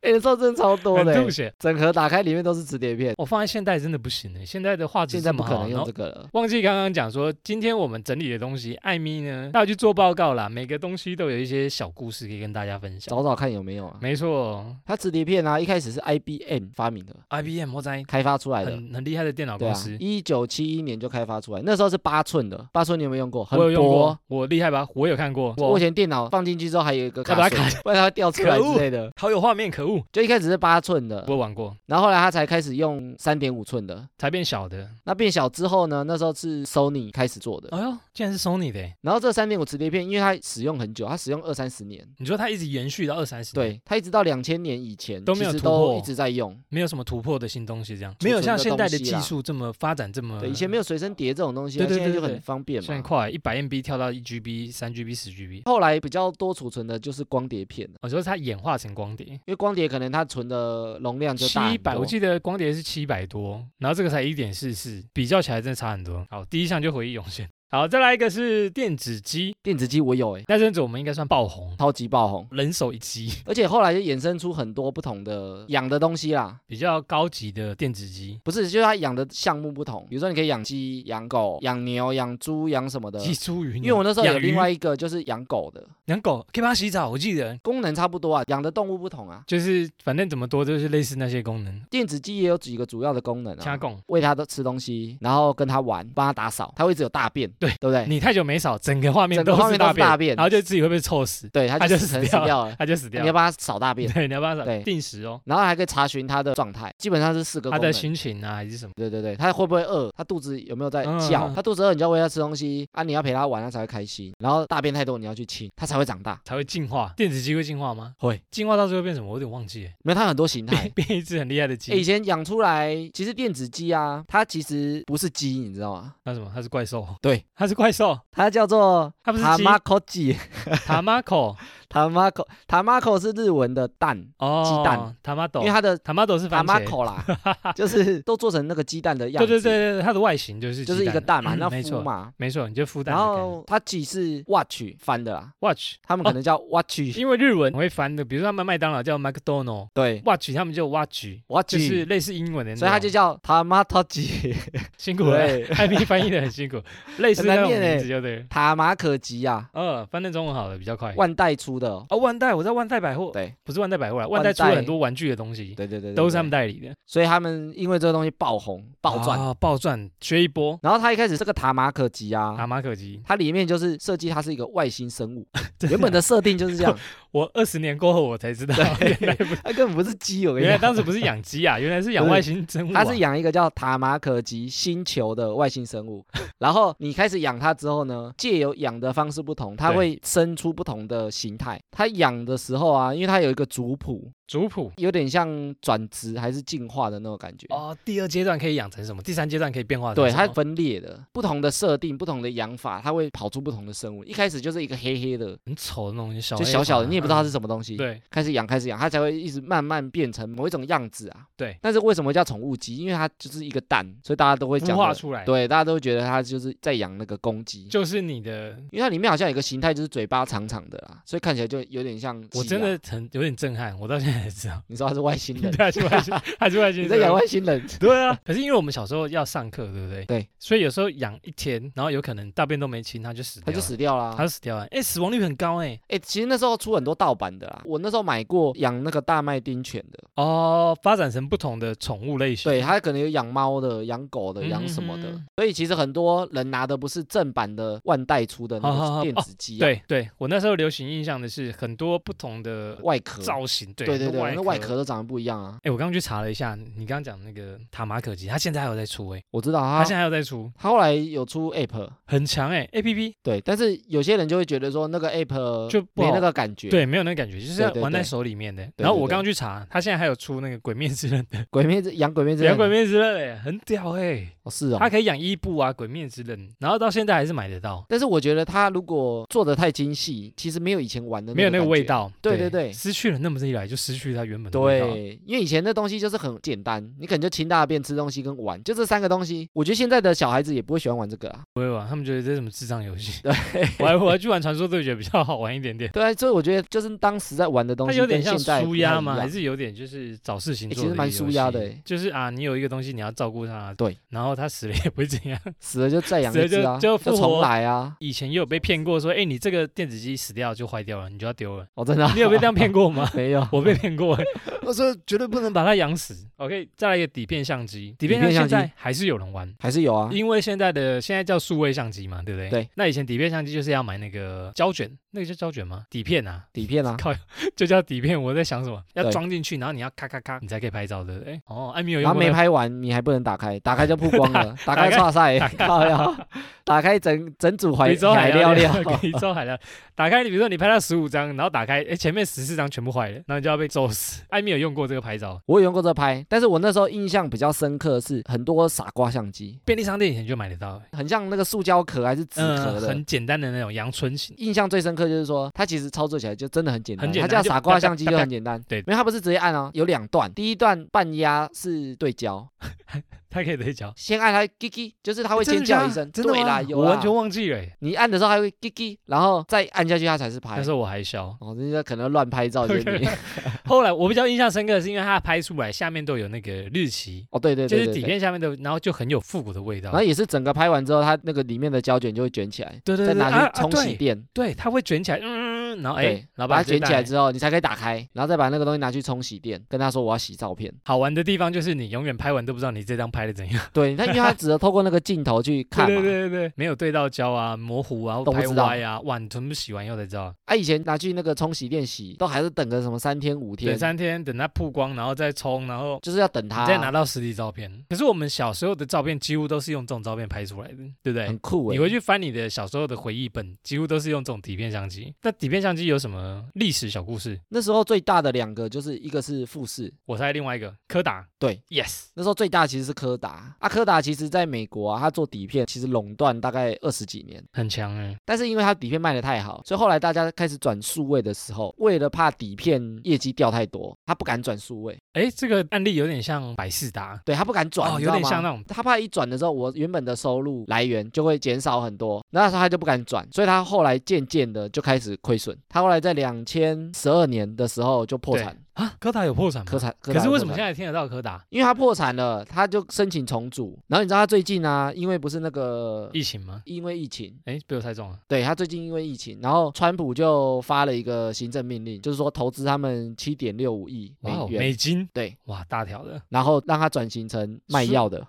[SPEAKER 2] 哎、那时候真的超多
[SPEAKER 1] 很
[SPEAKER 2] 的欸、
[SPEAKER 1] 吐血。
[SPEAKER 2] 整盒打开里面都是磁碟片，
[SPEAKER 1] 我放在现代真的不行呢，现在的画质
[SPEAKER 2] 现在
[SPEAKER 1] 这么啊
[SPEAKER 2] 不可
[SPEAKER 1] 好然
[SPEAKER 2] 能用
[SPEAKER 1] 后
[SPEAKER 2] 这个了。
[SPEAKER 1] 忘记刚刚讲说，今天我们整理的东西，艾米呢，她要去做报告啦。每个东西都有一些小故事可以跟大家分享。
[SPEAKER 2] 找找看有没有啊？
[SPEAKER 1] 没错
[SPEAKER 2] 它磁碟片啊，一开始是 IBM 发明的，
[SPEAKER 1] ，IBM 莫仔
[SPEAKER 2] 开发出来的。
[SPEAKER 1] 很很厉害的电脑
[SPEAKER 2] 对
[SPEAKER 1] 公
[SPEAKER 2] 啊
[SPEAKER 1] 司，，
[SPEAKER 2] 一九七一年就开发出来，那时候是八寸的，八寸你有没有用过？啊很
[SPEAKER 1] 我有用
[SPEAKER 2] 薄
[SPEAKER 1] 过。，我厉害吧？我有看过，
[SPEAKER 2] 我以前电脑放进去之后还有一个
[SPEAKER 1] 要把
[SPEAKER 2] 卡
[SPEAKER 1] 它
[SPEAKER 2] 榫，不然它会掉出来
[SPEAKER 1] 可恶
[SPEAKER 2] 之类的。
[SPEAKER 1] 好有画面，可恶！
[SPEAKER 2] 就一开始是八寸的，
[SPEAKER 1] 我玩过，
[SPEAKER 2] 然后后来它才开始用三点五寸的。
[SPEAKER 1] 才变小的。
[SPEAKER 2] 那变小之后呢？那时候是 Sony 开始做的，
[SPEAKER 1] 哎呦，竟然是 Sony 的耶！
[SPEAKER 2] 然后这三点五磁碟片，因为它使用很久，它使用二三十年，
[SPEAKER 1] 你说它一直延续到二三十，，
[SPEAKER 2] 对，它一直到两千年以前
[SPEAKER 1] 都没有
[SPEAKER 2] 其实
[SPEAKER 1] 突破
[SPEAKER 2] 都一直在用。
[SPEAKER 1] 没有什么突破的新东西，这样
[SPEAKER 2] 储
[SPEAKER 1] 没有
[SPEAKER 2] 存
[SPEAKER 1] 像
[SPEAKER 2] 的
[SPEAKER 1] 现代的
[SPEAKER 2] 东西
[SPEAKER 1] 技
[SPEAKER 2] 啦
[SPEAKER 1] 术这么发展这么
[SPEAKER 2] 对，以前没有随身碟这种东西啊，
[SPEAKER 1] 对对
[SPEAKER 2] 现在
[SPEAKER 1] 对
[SPEAKER 2] 就
[SPEAKER 1] 对
[SPEAKER 2] 很方便
[SPEAKER 1] 算
[SPEAKER 2] 嘛。
[SPEAKER 1] 快，啊一百 MB 跳到一 GB、三 GB、十 GB。
[SPEAKER 2] 后来比较多储存的就是光碟片了，
[SPEAKER 1] 我说哦它演化成光碟，
[SPEAKER 2] 因为光碟可能它存的容量就大
[SPEAKER 1] 七
[SPEAKER 2] 很
[SPEAKER 1] 百，我
[SPEAKER 2] 多
[SPEAKER 1] 记得光碟是七百多，然后这个才一点四四，比较起来真的差很多。好，第一项就回忆涌现。好，再来一个是电子机，
[SPEAKER 2] 电子机我有哎、
[SPEAKER 1] 那阵子我们应该算爆红，
[SPEAKER 2] 超级爆红，
[SPEAKER 1] 人手一机， (laughs)
[SPEAKER 2] 而且后来就衍生出很多不同的养的东西啦。
[SPEAKER 1] 比较高级的电子机，
[SPEAKER 2] 不是，就是它养的项目不同，比如说你可以养鸡、养狗、养牛、养猪、养什么的。
[SPEAKER 1] 鸡出鱼牛。
[SPEAKER 2] 呃因为我那时候
[SPEAKER 1] 嗯
[SPEAKER 2] 有
[SPEAKER 1] 养
[SPEAKER 2] 另
[SPEAKER 1] 鱼
[SPEAKER 2] 外一个就是养狗的，
[SPEAKER 1] 养狗，可以帮它洗澡，我记得。
[SPEAKER 2] 功能差不多啊，养的动物不同啊。
[SPEAKER 1] 就是反正怎么多就是类似那些功能，
[SPEAKER 2] 电子鸡也有几个主要的功能
[SPEAKER 1] 加
[SPEAKER 2] 啊，
[SPEAKER 1] 供。
[SPEAKER 2] 喂它的吃东西，然后跟它玩，帮它打扫，它会一直有大便，
[SPEAKER 1] 对
[SPEAKER 2] 对不对？
[SPEAKER 1] 你太久没扫，整个画面
[SPEAKER 2] 整个画
[SPEAKER 1] 是
[SPEAKER 2] 面都
[SPEAKER 1] 大
[SPEAKER 2] 是
[SPEAKER 1] 便，
[SPEAKER 2] 大便
[SPEAKER 1] 然后就自己会被臭死，
[SPEAKER 2] 对，它
[SPEAKER 1] 它
[SPEAKER 2] 就
[SPEAKER 1] 就
[SPEAKER 2] 死
[SPEAKER 1] 死
[SPEAKER 2] 死
[SPEAKER 1] 掉
[SPEAKER 2] 掉了，
[SPEAKER 1] 它就死掉
[SPEAKER 2] 你要
[SPEAKER 1] 了。
[SPEAKER 2] 帮它扫大便，
[SPEAKER 1] 对，你要帮它扫
[SPEAKER 2] 对
[SPEAKER 1] 定时哦，
[SPEAKER 2] 然后还可以查询它的状态，基本上是四个
[SPEAKER 1] 它
[SPEAKER 2] 功
[SPEAKER 1] 的
[SPEAKER 2] 能。
[SPEAKER 1] 心情啊还是什么？
[SPEAKER 2] 对对对，它会不会饿？它肚子有没有在
[SPEAKER 1] 嗯
[SPEAKER 2] 叫？
[SPEAKER 1] 嗯
[SPEAKER 2] 它肚子饿，你就要喂它吃东西啊，你要陪它玩，它才会开心。然后大便太多，你要去清，它才会长大。
[SPEAKER 1] 才会进化，电子鸡会进化吗？
[SPEAKER 2] 会，哎
[SPEAKER 1] 进化到最后变什么？我有点忘记了，
[SPEAKER 2] 没有它很多形态
[SPEAKER 1] (laughs) 。变一只很厉害的
[SPEAKER 2] 欸以
[SPEAKER 1] 鸡。
[SPEAKER 2] 前养出来，其实电子鸡啊，它其实不是鸡，你知道吗？
[SPEAKER 1] 那什么？它是怪兽？
[SPEAKER 2] 对，
[SPEAKER 1] 它是怪
[SPEAKER 2] (laughs)
[SPEAKER 1] 兽。
[SPEAKER 2] 它叫做
[SPEAKER 1] 它不是鸡
[SPEAKER 2] tamako (laughs) 鸡
[SPEAKER 1] ，Tamako
[SPEAKER 2] ，tamako tamako 是日文的蛋，
[SPEAKER 1] 哦，
[SPEAKER 2] 鸡蛋
[SPEAKER 1] ，Tamado，
[SPEAKER 2] 因为它的
[SPEAKER 1] Tamado 是番茄。(laughs)
[SPEAKER 2] tamako 啦，就是都做成那个鸡蛋的样
[SPEAKER 1] 对
[SPEAKER 2] 子，
[SPEAKER 1] 对对对，对它的外形就是
[SPEAKER 2] 就是一个
[SPEAKER 1] 鸡
[SPEAKER 2] 蛋嘛，
[SPEAKER 1] 嗯
[SPEAKER 2] 那
[SPEAKER 1] 没
[SPEAKER 2] 孵
[SPEAKER 1] 错
[SPEAKER 2] 嘛。
[SPEAKER 1] 没错，你就孵蛋
[SPEAKER 2] 然
[SPEAKER 1] 的概念。哦
[SPEAKER 2] 后它鸡是 watch 翻的啦，
[SPEAKER 1] Watch，
[SPEAKER 2] 他们可能叫
[SPEAKER 1] (laughs)
[SPEAKER 2] watch，
[SPEAKER 1] 因为日文我会翻的，比如说他们麦当劳叫 McDonald。
[SPEAKER 2] 对
[SPEAKER 1] watch，他们就 watch，
[SPEAKER 2] watch，
[SPEAKER 1] 就是
[SPEAKER 2] 所
[SPEAKER 1] 类似英文的那种，哦
[SPEAKER 2] 以它就叫 tamako 鸡，
[SPEAKER 1] 辛苦了，
[SPEAKER 2] 对，
[SPEAKER 1] 艾米翻译的很辛苦，类似
[SPEAKER 2] 很难
[SPEAKER 1] 那种
[SPEAKER 2] 念欸
[SPEAKER 1] 名字就对了。
[SPEAKER 2] (laughs) 塔马可吉啊，
[SPEAKER 1] 呃，翻成中文好了，比较快。
[SPEAKER 2] 万代出的哦，
[SPEAKER 1] 哦，万代，我在万代百货，
[SPEAKER 2] 对
[SPEAKER 1] 不是万代百货啦，万
[SPEAKER 2] 万
[SPEAKER 1] 代出了
[SPEAKER 2] 代
[SPEAKER 1] 很多玩具的东西，
[SPEAKER 2] 对对对，对
[SPEAKER 1] 哦哎都是他们
[SPEAKER 2] 对
[SPEAKER 1] 代理的，
[SPEAKER 2] 所以他们因为这个东西爆红爆赚。
[SPEAKER 1] 啊，暴赚，学一波，
[SPEAKER 2] 然后它一开始这个塔马可吉啊
[SPEAKER 1] 打，马可机。
[SPEAKER 2] 它里面就是设计它是一个外星
[SPEAKER 1] (laughs)
[SPEAKER 2] 生物，
[SPEAKER 1] 真
[SPEAKER 2] 原本的设定就是这样，
[SPEAKER 1] 我二十年过后我才知道， (laughs) 原来 (laughs) 不
[SPEAKER 2] 它根本不是鸡，我跟你
[SPEAKER 1] 原来
[SPEAKER 2] 讲，
[SPEAKER 1] 当时不是养鸡啊，原 (laughs) 来是养
[SPEAKER 2] 不是
[SPEAKER 1] 外星生物啊。 (laughs)
[SPEAKER 2] 它是养一个叫塔马可吉星球的外星生物，然后你开始养它之后呢，借由养的方式不同，它
[SPEAKER 1] 对
[SPEAKER 2] 会生出不同的形态。它养的时候啊，因为它有一个族谱，
[SPEAKER 1] 族谱
[SPEAKER 2] 有点像转职还是进化的那种感觉。
[SPEAKER 1] 哦，第二阶段可以养成什么？第三阶段可以变化成
[SPEAKER 2] 对，
[SPEAKER 1] 什
[SPEAKER 2] 它
[SPEAKER 1] 么
[SPEAKER 2] 分裂的，不同的设定、不同的养法，它会跑出不同的生物。一开始就是一个黑黑的，
[SPEAKER 1] 很丑的那种小 A
[SPEAKER 2] 就
[SPEAKER 1] 款，
[SPEAKER 2] 小小的，你也不知道它
[SPEAKER 1] 嗯
[SPEAKER 2] 是什么东西。
[SPEAKER 1] 对
[SPEAKER 2] 开始养，开始养，它才会一直慢慢变成某一种样子啊。
[SPEAKER 1] 对
[SPEAKER 2] 但是为什么叫宠物鸡？因为它就是一个蛋，所以大家都会
[SPEAKER 1] 孵
[SPEAKER 2] 讲
[SPEAKER 1] 化
[SPEAKER 2] 的。
[SPEAKER 1] 出来，，
[SPEAKER 2] 对，大家都会觉得它就是在养那个公鸡，
[SPEAKER 1] 就是你的。
[SPEAKER 2] 因为它里面好像有个形态就是嘴巴长长的啦，所以看起来就有点像鸡啊。啊
[SPEAKER 1] 我真的很有点震撼，我到现在才知道， (laughs)
[SPEAKER 2] 你知道它是外星人，
[SPEAKER 1] 还是外星，还是外星
[SPEAKER 2] 你
[SPEAKER 1] 人，
[SPEAKER 2] 在养外星人。
[SPEAKER 1] 对啊， (laughs) 可是因为我们小时候要上课，对不对？
[SPEAKER 2] 对，
[SPEAKER 1] 所以有时候养一天，然后有可能大便都没清，它就死掉
[SPEAKER 2] 它
[SPEAKER 1] 了，
[SPEAKER 2] 就死掉啦
[SPEAKER 1] 它。就死掉了。哎，死亡率很高哎。
[SPEAKER 2] 哎、其实那时候出很多盗版的啦。我那时候买过养那个大麦丁犬的，
[SPEAKER 1] 哦，发展成不同的宠物类型。
[SPEAKER 2] 对，它可能有养猫的、养狗的、养什么的。
[SPEAKER 1] 嗯哼
[SPEAKER 2] 所以其实很多人拿的不是正版的万代出的
[SPEAKER 1] 好好
[SPEAKER 2] 那
[SPEAKER 1] 好
[SPEAKER 2] 个电子鸡、
[SPEAKER 1] 哦
[SPEAKER 2] 啊，
[SPEAKER 1] 对对，我那时候流行印象的是很多不同的
[SPEAKER 2] 外壳，
[SPEAKER 1] 造型，对
[SPEAKER 2] 对对
[SPEAKER 1] 很多
[SPEAKER 2] 对，那
[SPEAKER 1] 外
[SPEAKER 2] 外壳。都长得不一样啊。
[SPEAKER 1] 哎，我刚刚去查了一下，你刚刚讲那个塔马可吉，它现在还有在出哎，
[SPEAKER 2] 我知道
[SPEAKER 1] 它
[SPEAKER 2] 它，
[SPEAKER 1] 现在还有在出，
[SPEAKER 2] 它后来有出 app，
[SPEAKER 1] 很强哎，A P P
[SPEAKER 2] 对，但是有些人就会觉得说那个 app
[SPEAKER 1] 就不
[SPEAKER 2] 没
[SPEAKER 1] 好
[SPEAKER 2] 那个感觉，
[SPEAKER 1] 对，没有那个感觉，就是
[SPEAKER 2] 对
[SPEAKER 1] 要
[SPEAKER 2] 对
[SPEAKER 1] 玩在
[SPEAKER 2] 对
[SPEAKER 1] 手里面的。
[SPEAKER 2] 对
[SPEAKER 1] 然后我
[SPEAKER 2] 对
[SPEAKER 1] 刚刚去查，它现在还有出那个《鬼灭之刃》的，
[SPEAKER 2] 鬼灭之养鬼灭之
[SPEAKER 1] 养《鬼
[SPEAKER 2] 刃
[SPEAKER 1] 灭之刃》哎，很屌哎。
[SPEAKER 2] 哦是哦
[SPEAKER 1] 它。可以养伊布啊、鬼灭之刃，然后到现在还是买得到，
[SPEAKER 2] 但是我觉得它如果做的太精细，其实没有以前玩的
[SPEAKER 1] 没有那个
[SPEAKER 2] 个感
[SPEAKER 1] 味
[SPEAKER 2] 觉。
[SPEAKER 1] 道。
[SPEAKER 2] 对对对
[SPEAKER 1] 失去了那么一来，就失去它原本的味道。
[SPEAKER 2] 对，因为以前的东西就是很简单，你可能就清大便、吃东西跟玩，就这三个东西。我觉得现在的小孩子也不会喜欢玩这个啊。
[SPEAKER 1] 不会玩，他们觉得这是什么智障游戏。
[SPEAKER 2] (laughs) 对
[SPEAKER 1] 我还我还去玩传说对决比较好玩一点点。
[SPEAKER 2] 对啊，所以我觉得就是当时在玩的东
[SPEAKER 1] 它
[SPEAKER 2] 西
[SPEAKER 1] 有
[SPEAKER 2] 跟
[SPEAKER 1] 点像
[SPEAKER 2] 现在不
[SPEAKER 1] 舒
[SPEAKER 2] 太
[SPEAKER 1] 压
[SPEAKER 2] 一
[SPEAKER 1] 嘛，还
[SPEAKER 2] 样
[SPEAKER 1] 是有点就是找事情
[SPEAKER 2] 欸
[SPEAKER 1] 做
[SPEAKER 2] 其
[SPEAKER 1] 的一
[SPEAKER 2] 实
[SPEAKER 1] 个游戏、
[SPEAKER 2] 蛮舒压的
[SPEAKER 1] (laughs)
[SPEAKER 2] 欸
[SPEAKER 1] 就是啊，你有一个东西你要照顾它，
[SPEAKER 2] 对，
[SPEAKER 1] 然后它死了也不会怎
[SPEAKER 2] (laughs)
[SPEAKER 1] 样。
[SPEAKER 2] 死了就再养
[SPEAKER 1] 死了
[SPEAKER 2] 一只
[SPEAKER 1] 就
[SPEAKER 2] 啊，
[SPEAKER 1] 就
[SPEAKER 2] 就
[SPEAKER 1] 复活
[SPEAKER 2] 重来啊。
[SPEAKER 1] 以前也有被骗过说，哎，你这个电子机死掉就坏掉了，你就要
[SPEAKER 2] (laughs)
[SPEAKER 1] 丢了。
[SPEAKER 2] 哦，真的啊
[SPEAKER 1] (laughs) 你有被这样骗过
[SPEAKER 2] (laughs)？
[SPEAKER 1] 吗
[SPEAKER 2] 没有？
[SPEAKER 1] (laughs) 我被骗过欸，
[SPEAKER 2] 我说绝对不能
[SPEAKER 1] 能把它养死。OK，再来一个底片相机，底片
[SPEAKER 2] 底片
[SPEAKER 1] 相机现
[SPEAKER 2] 相
[SPEAKER 1] 在
[SPEAKER 2] 机
[SPEAKER 1] 还是有人玩。
[SPEAKER 2] 还是有啊。
[SPEAKER 1] 因为现在的现在叫数位相机嘛，对不对？
[SPEAKER 2] 对。
[SPEAKER 1] 那以前底片相机就是要买那个胶卷，那个叫胶卷吗？底片
[SPEAKER 2] (laughs)
[SPEAKER 1] 啊，
[SPEAKER 2] 底片啊，
[SPEAKER 1] 就叫底片。我在想什么？要
[SPEAKER 2] 对
[SPEAKER 1] 装进去，然后你要咔咔咔，你才可以拍照，对不对？哦，艾米有
[SPEAKER 2] 然
[SPEAKER 1] 用
[SPEAKER 2] 后
[SPEAKER 1] 过
[SPEAKER 2] 没
[SPEAKER 1] 那
[SPEAKER 2] 拍完，你还不能打开，打开就曝
[SPEAKER 1] (laughs)
[SPEAKER 2] 光了，打开
[SPEAKER 1] 打开
[SPEAKER 2] 差赛，靠呀，打开整整组怀
[SPEAKER 1] 个，一周海
[SPEAKER 2] 海料料，
[SPEAKER 1] (laughs) 一周海料。打开，你比如说你拍到十五张，然后打开，哎，前面十四张全部坏了，然后你就要被揍死。 (laughs) 艾米有用过这个拍照，
[SPEAKER 2] 我有用过这拍，但是我那时候印象比较深刻的是很多傻瓜相机，
[SPEAKER 1] 便利商店以前就买得到，
[SPEAKER 2] 很像那个塑胶壳还是纸壳
[SPEAKER 1] 嗯，
[SPEAKER 2] 的。
[SPEAKER 1] 很简单的那种阳春型。
[SPEAKER 2] 印象最深刻就是说，它其实操作起来就真的很简单，
[SPEAKER 1] 很简单
[SPEAKER 2] 它叫傻瓜相机
[SPEAKER 1] 就
[SPEAKER 2] 就很简单。
[SPEAKER 1] 对
[SPEAKER 2] 因为它不是直接按哦，有两段，第一段半压是对焦，
[SPEAKER 1] 它可以对焦，
[SPEAKER 2] 先按它叽叽，就是它会
[SPEAKER 1] 真
[SPEAKER 2] 尖
[SPEAKER 1] 的假
[SPEAKER 2] 叫
[SPEAKER 1] 的
[SPEAKER 2] 一声，
[SPEAKER 1] 哎真的
[SPEAKER 2] 对啦，
[SPEAKER 1] 吗
[SPEAKER 2] 有
[SPEAKER 1] 我
[SPEAKER 2] 啦
[SPEAKER 1] 完全忘记了欸。
[SPEAKER 2] 你按的时候还会叽叽，然后再按下去它才是拍
[SPEAKER 1] 那时。候我还小，
[SPEAKER 2] 哦，人家可能乱拍
[SPEAKER 1] (laughs)
[SPEAKER 2] 照，就是你。
[SPEAKER 1] 后来我比较印象深刻的是，因为它拍出来下面都有那个日期，
[SPEAKER 2] 哦，对对
[SPEAKER 1] 就
[SPEAKER 2] 对
[SPEAKER 1] 是
[SPEAKER 2] 对
[SPEAKER 1] 底
[SPEAKER 2] 对。
[SPEAKER 1] 片下面的，然后就很有复古的味道
[SPEAKER 2] 然。后也是整个拍完之后，它那个里面的胶卷就会卷起来，
[SPEAKER 1] 对对
[SPEAKER 2] 再
[SPEAKER 1] 对，
[SPEAKER 2] 拿
[SPEAKER 1] 啊
[SPEAKER 2] 去冲
[SPEAKER 1] 啊
[SPEAKER 2] 洗
[SPEAKER 1] 对
[SPEAKER 2] 店，
[SPEAKER 1] 对，它会卷起来，嗯，然后哎
[SPEAKER 2] 对，，
[SPEAKER 1] 然后
[SPEAKER 2] 把它
[SPEAKER 1] 直接
[SPEAKER 2] 卷起来
[SPEAKER 1] 带
[SPEAKER 2] 之后，你才可以打开，然后再把那个东西拿去冲洗店，跟他说我要洗
[SPEAKER 1] (laughs)
[SPEAKER 2] 照片。
[SPEAKER 1] 好玩的地方就是你永远拍完都不知道你这张拍的怎样。
[SPEAKER 2] 对，他因为他只能透过那个镜头去看
[SPEAKER 1] 对对
[SPEAKER 2] 嘛。
[SPEAKER 1] 对对对，没有对到焦啊，模糊啊，或
[SPEAKER 2] 都不
[SPEAKER 1] 拍
[SPEAKER 2] 知道
[SPEAKER 1] 歪啊，哇，你全部洗完以后才啊知道。
[SPEAKER 2] 啊他以前拿去那个冲洗店洗，都还是等个什么三天五
[SPEAKER 1] 等
[SPEAKER 2] 天，啊
[SPEAKER 1] 三天，等它曝光，然后再冲，然后。
[SPEAKER 2] 就是要等他
[SPEAKER 1] 你再拿到实体照片，可是我们小时候的照片几乎都是用这种照片拍出来的，对不对？
[SPEAKER 2] 很酷哎
[SPEAKER 1] 你。回去翻你的小时候的回忆本，几乎都是用这种底片相机。那底片相机有什么历史小故事？
[SPEAKER 2] 那时候最大的两个就是一个是富士，
[SPEAKER 1] 我猜另外一个柯达。
[SPEAKER 2] 对
[SPEAKER 1] ，yes，
[SPEAKER 2] 那时候最大其实是柯达啊，柯达其实在美国啊，它做底片其实垄断大概二十几年，
[SPEAKER 1] 很强哎、
[SPEAKER 2] 但是因为它底片卖的太好，所以后来大家开始转数位的时候，为了怕底片业绩掉太多，他不敢转数位，
[SPEAKER 1] 欸。哎，这个案例有点像百事达，
[SPEAKER 2] 对他不敢转，
[SPEAKER 1] 哦，
[SPEAKER 2] 你
[SPEAKER 1] 有
[SPEAKER 2] 知道
[SPEAKER 1] 点
[SPEAKER 2] 吗
[SPEAKER 1] 像那种。
[SPEAKER 2] 他怕一转的时候，我原本的收入来源就会减少很多，那时候他就不敢转，所以他后来渐渐的就开始亏损。他后来在两千十二年的时候就破
[SPEAKER 1] 对
[SPEAKER 2] 产，
[SPEAKER 1] 啊，柯达有破产吗？
[SPEAKER 2] 科产。科
[SPEAKER 1] 可是
[SPEAKER 2] 达
[SPEAKER 1] 为什么
[SPEAKER 2] 破产
[SPEAKER 1] 现在听得到柯达？
[SPEAKER 2] 因为他破产了，他就申请重组。然后你知道他最近啊，因为不是那个，
[SPEAKER 1] 疫情吗？
[SPEAKER 2] 因为疫情，
[SPEAKER 1] 哎，被我猜中了。
[SPEAKER 2] 对他最近因为疫情，然后川普就发了一个行政命令，就是说投资他们七点六五亿美
[SPEAKER 1] 哇哦，
[SPEAKER 2] 元，
[SPEAKER 1] 美金。
[SPEAKER 2] 对，
[SPEAKER 1] 哇，大条的。 (laughs)
[SPEAKER 2] 然后让他转型成卖
[SPEAKER 1] 是
[SPEAKER 2] 药的。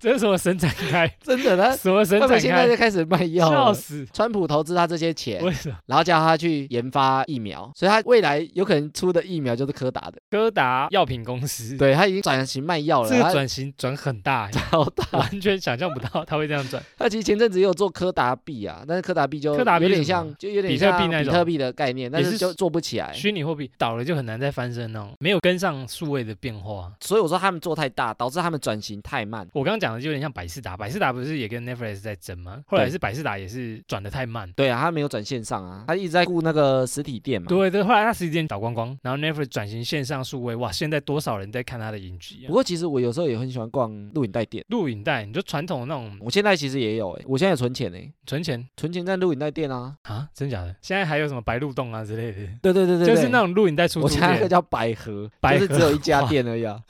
[SPEAKER 1] 这是什么神展
[SPEAKER 2] (laughs)
[SPEAKER 1] 开？
[SPEAKER 2] 真的，他
[SPEAKER 1] 什么神
[SPEAKER 2] 他
[SPEAKER 1] 展
[SPEAKER 2] 们现在
[SPEAKER 1] 开？
[SPEAKER 2] 就开始卖药
[SPEAKER 1] 笑
[SPEAKER 2] 了。
[SPEAKER 1] 死！
[SPEAKER 2] 川普投资他这些钱，
[SPEAKER 1] 为什么？
[SPEAKER 2] 然后叫他去研发疫苗，所以他未来有可能出的疫苗就是柯达的。
[SPEAKER 1] 柯达药品公司，
[SPEAKER 2] 对他已经转型卖药了，
[SPEAKER 1] 这个
[SPEAKER 2] 他
[SPEAKER 1] 转型转很大欸，
[SPEAKER 2] (laughs) 好大。
[SPEAKER 1] (laughs) 完全想象不到他会这样转。
[SPEAKER 2] 他其实前阵子也有做柯达币啊，但是柯达币就
[SPEAKER 1] 柯达币
[SPEAKER 2] 有点
[SPEAKER 1] 是什么
[SPEAKER 2] 像，就有点
[SPEAKER 1] 比特币
[SPEAKER 2] 像
[SPEAKER 1] 那
[SPEAKER 2] 比
[SPEAKER 1] 种
[SPEAKER 2] 特币的概念，但
[SPEAKER 1] 也
[SPEAKER 2] 是
[SPEAKER 1] 是
[SPEAKER 2] 就做不起来。
[SPEAKER 1] 虚拟货币倒了就很难再翻身哦，没有跟上数位的变化。
[SPEAKER 2] 所以我说他们做太大，导致他们转型太慢。
[SPEAKER 1] 我刚刚讲的就有点像百事达，百事达不是也跟 Netflix 在争吗？后来
[SPEAKER 2] 对
[SPEAKER 1] 是百事达也是转的太慢，
[SPEAKER 2] 对啊，他没有转线上啊，他一直在顾那个实体店嘛。
[SPEAKER 1] 对对，后来它时间倒光光，然后 Netflix 转型线上数位，哇，现在多少人在看它的影集
[SPEAKER 2] 不
[SPEAKER 1] 啊？
[SPEAKER 2] 过其实我有时候也很喜欢逛录影带店，
[SPEAKER 1] 录影带，你就传统那种
[SPEAKER 2] 我现在其实也有哎、我现在有存钱哎、
[SPEAKER 1] 存钱
[SPEAKER 2] 存钱在录影带店啊。
[SPEAKER 1] 啊，真假的？现在还有什么白鹿洞啊之类的，
[SPEAKER 2] 对对对对
[SPEAKER 1] 就是那。种录影带出
[SPEAKER 2] 我
[SPEAKER 1] 租
[SPEAKER 2] 家那个
[SPEAKER 1] 店，
[SPEAKER 2] 叫百合，
[SPEAKER 1] 百
[SPEAKER 2] 就是
[SPEAKER 1] 合
[SPEAKER 2] 只有一家店而
[SPEAKER 1] (laughs)
[SPEAKER 2] 已啊。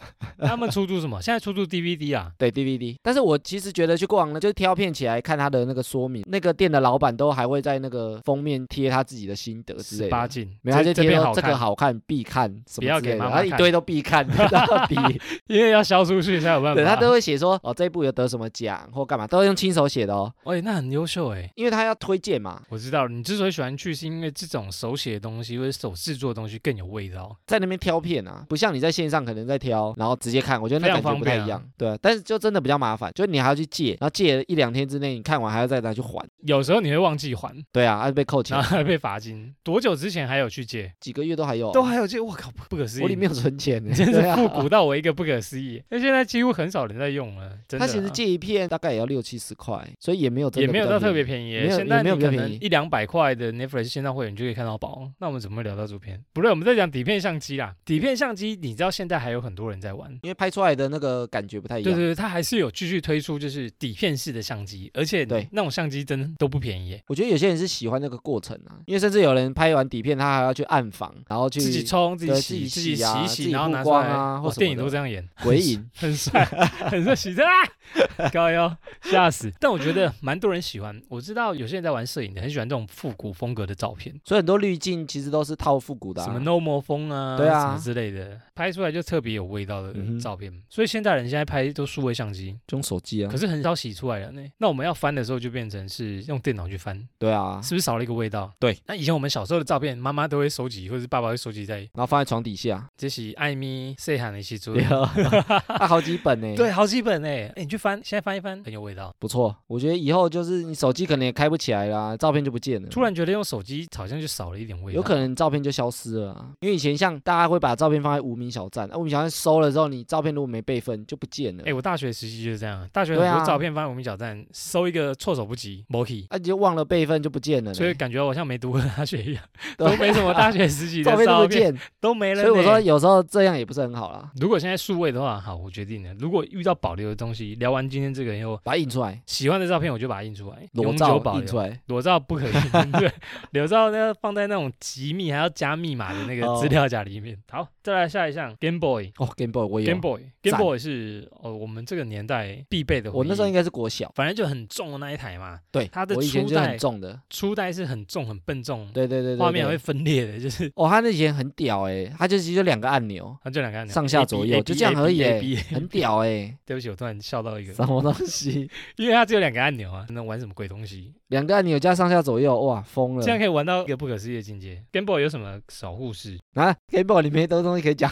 [SPEAKER 1] 他们出租什么？现在出租 DVD 啊，
[SPEAKER 2] 对 DVD，但是我其实觉得去逛呢，就是挑片起来看他的那个说明，那个店的老板都还会在那个封面贴他自己的心得呃之
[SPEAKER 1] 十
[SPEAKER 2] 类
[SPEAKER 1] 八
[SPEAKER 2] 的。
[SPEAKER 1] 禁，
[SPEAKER 2] 没有，他
[SPEAKER 1] 这
[SPEAKER 2] 就
[SPEAKER 1] 这
[SPEAKER 2] 贴
[SPEAKER 1] 边
[SPEAKER 2] 说
[SPEAKER 1] 好
[SPEAKER 2] 这个
[SPEAKER 1] 看，
[SPEAKER 2] 好看，必看什
[SPEAKER 1] 不
[SPEAKER 2] 么
[SPEAKER 1] 要
[SPEAKER 2] 之
[SPEAKER 1] 给
[SPEAKER 2] 类的，
[SPEAKER 1] 妈妈
[SPEAKER 2] 他一
[SPEAKER 1] 看嗯
[SPEAKER 2] 堆都必看到底。
[SPEAKER 1] (laughs) 因为要销出去才有办法。
[SPEAKER 2] 对他都会写说哦，这一部有得什么奖或干嘛，都用亲手写的哦，
[SPEAKER 1] 哎，那很优秀哎。
[SPEAKER 2] 因为他要推荐嘛。
[SPEAKER 1] 我知道你之所以喜欢去，是因为这种手写的东西或者手制作的东西更有味道。
[SPEAKER 2] 在那边挑片啊，不像你在线上可能在挑，然后直接看，我觉得那
[SPEAKER 1] 非
[SPEAKER 2] 感
[SPEAKER 1] 常
[SPEAKER 2] 觉不太
[SPEAKER 1] 方
[SPEAKER 2] 一
[SPEAKER 1] 便
[SPEAKER 2] 样
[SPEAKER 1] 啊。
[SPEAKER 2] 对啊，但是就真的比较麻烦，就你还要去借，然后借了一两天之内，你看完还要再拿去还。
[SPEAKER 1] 有时候你会忘记
[SPEAKER 2] (laughs)
[SPEAKER 1] 还，
[SPEAKER 2] 对啊，还、啊、被扣钱
[SPEAKER 1] 然，后还被罚金。多久之前还有去借？
[SPEAKER 2] 几个月都还有。啊
[SPEAKER 1] 都还有借，我靠，不不可思议！
[SPEAKER 2] 我里面有存钱
[SPEAKER 1] (laughs)
[SPEAKER 2] 呢，
[SPEAKER 1] 真是
[SPEAKER 2] 对啊
[SPEAKER 1] 复古到我一个不可思议。那现在几乎很少人在用了，真的
[SPEAKER 2] 他
[SPEAKER 1] 啊。
[SPEAKER 2] 其实借一片大概也要六七十块，所以也没有真
[SPEAKER 1] 也
[SPEAKER 2] 的
[SPEAKER 1] 没有
[SPEAKER 2] 比较
[SPEAKER 1] 到特别
[SPEAKER 2] 便宜。
[SPEAKER 1] 便宜
[SPEAKER 2] 没
[SPEAKER 1] 耶，
[SPEAKER 2] 有
[SPEAKER 1] 现在
[SPEAKER 2] 也没有
[SPEAKER 1] 你
[SPEAKER 2] 比较
[SPEAKER 1] 可
[SPEAKER 2] 便宜
[SPEAKER 1] 能一两百块的 Netflix 线上会员就可以看到宝。那我们怎么会聊到这片？不对，我们在讲底片相机啦。底片相机，你知道现在还有很多人在玩。
[SPEAKER 2] 因为拍出来的那个感觉不太一
[SPEAKER 1] 对
[SPEAKER 2] 样，
[SPEAKER 1] 对对，它还是有继续推出就是底片式的相机，而且
[SPEAKER 2] 对
[SPEAKER 1] 那种相机真的都不便宜耶，
[SPEAKER 2] 我觉得有些人是喜欢那个过程啊，因为甚至有人拍完底片，他还要去暗访，然后去
[SPEAKER 1] 自己冲自己
[SPEAKER 2] 对
[SPEAKER 1] 洗
[SPEAKER 2] 自
[SPEAKER 1] 自
[SPEAKER 2] 己
[SPEAKER 1] 己
[SPEAKER 2] 洗啊
[SPEAKER 1] 洗一
[SPEAKER 2] 自己
[SPEAKER 1] 洗，然后拿
[SPEAKER 2] 曝
[SPEAKER 1] 出
[SPEAKER 2] 光
[SPEAKER 1] 来。
[SPEAKER 2] 啊或
[SPEAKER 1] 哦
[SPEAKER 2] 什么
[SPEAKER 1] 电影
[SPEAKER 2] 的
[SPEAKER 1] 都这样演，
[SPEAKER 2] 鬼影，
[SPEAKER 1] (laughs) 很帅，很帅，洗着啊，高腰吓死。但我觉得蛮多人喜欢，我知道有些人在玩摄影的，很喜欢这种复古风格的照片。
[SPEAKER 2] 所以很多滤镜其实都是套复古的、啊，
[SPEAKER 1] 什么 no more 风啊，
[SPEAKER 2] 对啊
[SPEAKER 1] 什么之类的，拍出来就特别有味道的
[SPEAKER 2] 嗯哼
[SPEAKER 1] 照片。所以现代人现在拍都数位相机，
[SPEAKER 2] 就用手机啊
[SPEAKER 1] 可，是很少洗出来了呢。那我们要翻的时候就变成是用电脑去翻，
[SPEAKER 2] 对啊，
[SPEAKER 1] 是不是少了一个味道？
[SPEAKER 2] 对。
[SPEAKER 1] 那以前我们小时候的照片，妈妈都会收集，或者是爸爸会收集在
[SPEAKER 2] 然后放在床底下，
[SPEAKER 1] 这是艾米细汉的时候
[SPEAKER 2] 对。啊，
[SPEAKER 1] (laughs)
[SPEAKER 2] 啊好几本呢、
[SPEAKER 1] 对，，好几本哎，哎，你去翻，现在翻一翻，很有味道。
[SPEAKER 2] 不错，我觉得以后就是你手机可能也开不起来啦，照片就不见了，
[SPEAKER 1] 突然觉得用手机好像就少了一点味道。
[SPEAKER 2] 有可能照片就消失了、啊，因为以前像大家会把照片放在无名小站，那、无名小站收了之后，你照片如果没备份就不见了，
[SPEAKER 1] 哎，我大学时期就是这样，大学
[SPEAKER 2] 对
[SPEAKER 1] 很
[SPEAKER 2] 啊
[SPEAKER 1] 多照片放在我们脚站，收一个措手不及 m o k
[SPEAKER 2] 啊你就忘了备份就不见了呢，
[SPEAKER 1] 所以感觉我像没读过大学一样，
[SPEAKER 2] (laughs) 对
[SPEAKER 1] 都没什么大学时期的
[SPEAKER 2] (laughs) 照片都
[SPEAKER 1] 照
[SPEAKER 2] 不
[SPEAKER 1] 片哎
[SPEAKER 2] 见，
[SPEAKER 1] 都没了
[SPEAKER 2] (laughs)
[SPEAKER 1] 呢。
[SPEAKER 2] 所以我说有时候这样也不是很好啦，
[SPEAKER 1] 如果现在数位的话，好，我决定了。如果遇到保留的东西，聊完今天这个以后，
[SPEAKER 2] 把它印出来，
[SPEAKER 1] 喜欢的照片我就把它印出来，
[SPEAKER 2] 裸
[SPEAKER 1] 永久
[SPEAKER 2] 照
[SPEAKER 1] 保
[SPEAKER 2] 印出
[SPEAKER 1] 留。
[SPEAKER 2] 来，
[SPEAKER 1] 裸照不可以印，对，裸照要放在那种机密还要加密码的那个
[SPEAKER 2] 哦
[SPEAKER 1] 资料夹里面。好，再来下一项 Game Boy。
[SPEAKER 2] 哦，Game Boy 我有
[SPEAKER 1] Game Boy，Game
[SPEAKER 2] 赞
[SPEAKER 1] Boy 是哦，我们这个年代必备的回忆。
[SPEAKER 2] 我那时候应该是国小，
[SPEAKER 1] 反正就很重的那一台嘛，
[SPEAKER 2] 对，
[SPEAKER 1] 它的
[SPEAKER 2] 我以前
[SPEAKER 1] 初
[SPEAKER 2] 就很
[SPEAKER 1] 代
[SPEAKER 2] 重的，
[SPEAKER 1] 初代是很重、很笨重，
[SPEAKER 2] 对对对对
[SPEAKER 1] 画面
[SPEAKER 2] 对
[SPEAKER 1] 还会分裂的，就是
[SPEAKER 2] 哦，他那以前很屌哎、他就其实就两个按钮，
[SPEAKER 1] 啊，就两个按钮，
[SPEAKER 2] 上下左
[SPEAKER 1] A B，
[SPEAKER 2] 右
[SPEAKER 1] A B，
[SPEAKER 2] 就这样而已
[SPEAKER 1] A
[SPEAKER 2] 哎、
[SPEAKER 1] B，A B
[SPEAKER 2] 很屌哎、
[SPEAKER 1] (laughs) 对不起，我突然笑到
[SPEAKER 2] (laughs)
[SPEAKER 1] 一
[SPEAKER 2] 什
[SPEAKER 1] 个，
[SPEAKER 2] 么东西？
[SPEAKER 1] 因为它只有两个按钮啊，能玩什么鬼东西？
[SPEAKER 2] 两个按钮加上下左右，哇，疯了！
[SPEAKER 1] 这样可以玩到一个不可思议的境界。Game Boy 有什么守护事
[SPEAKER 2] 啊，Game Boy 里面都东西可以讲，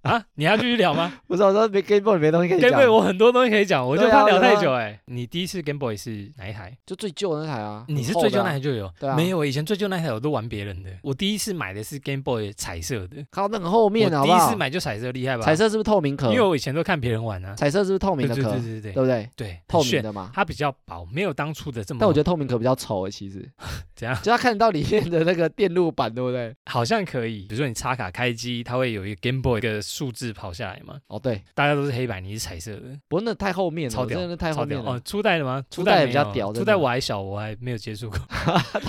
[SPEAKER 1] 啊？你还要继续聊吗
[SPEAKER 2] 不是我说没 Game Boy 里面东 (laughs) 西可以讲
[SPEAKER 1] ？Game Boy 我很多东西可以讲，我就怕
[SPEAKER 2] 对
[SPEAKER 1] 聊
[SPEAKER 2] 啊对啊
[SPEAKER 1] 太久哎。你第一次 Game Boy 是哪一台？
[SPEAKER 2] 就最旧的那台啊，
[SPEAKER 1] 你是
[SPEAKER 2] 很厚
[SPEAKER 1] 最
[SPEAKER 2] 的
[SPEAKER 1] 旧
[SPEAKER 2] 啊
[SPEAKER 1] 那台就有
[SPEAKER 2] 对啊？
[SPEAKER 1] 没有，以前最旧那台我都玩别人的。我第一次买的是 Game Boy 彩色的，
[SPEAKER 2] 靠那个后面
[SPEAKER 1] 我
[SPEAKER 2] 好
[SPEAKER 1] 第
[SPEAKER 2] 不
[SPEAKER 1] 一次
[SPEAKER 2] 好？
[SPEAKER 1] 买就彩色，厉害吧？
[SPEAKER 2] 彩，色是不是透明壳？
[SPEAKER 1] 因为我以前都看别人玩啊。
[SPEAKER 2] 彩色是不是透
[SPEAKER 1] 对
[SPEAKER 2] 明的
[SPEAKER 1] 对
[SPEAKER 2] 壳？
[SPEAKER 1] 对对对
[SPEAKER 2] 对
[SPEAKER 1] 对
[SPEAKER 2] 不对？
[SPEAKER 1] 对，
[SPEAKER 2] 透
[SPEAKER 1] 很
[SPEAKER 2] 明
[SPEAKER 1] 炫
[SPEAKER 2] 的嘛。
[SPEAKER 1] 它比较薄，没有当初的这么。
[SPEAKER 2] 但我觉得透明壳比较丑欸，其实
[SPEAKER 1] (laughs) 怎样
[SPEAKER 2] 就他看得到里面的那个电路板，对
[SPEAKER 1] (laughs)
[SPEAKER 2] 不对？
[SPEAKER 1] 好像可以，比如说你插卡开机，它会有一个 Game Boy 的数字跑下来嘛，
[SPEAKER 2] 哦，对，
[SPEAKER 1] 大家都是黑白，你是彩色的，
[SPEAKER 2] 不过那太后面了，
[SPEAKER 1] 超
[SPEAKER 2] 我真
[SPEAKER 1] 屌
[SPEAKER 2] 的是太后
[SPEAKER 1] 超
[SPEAKER 2] 面
[SPEAKER 1] 屌
[SPEAKER 2] 了
[SPEAKER 1] 哦。。初代的吗？
[SPEAKER 2] 初代
[SPEAKER 1] 没有
[SPEAKER 2] 比较屌真的
[SPEAKER 1] 初代我还小，我还没有接触
[SPEAKER 2] (laughs)
[SPEAKER 1] 过。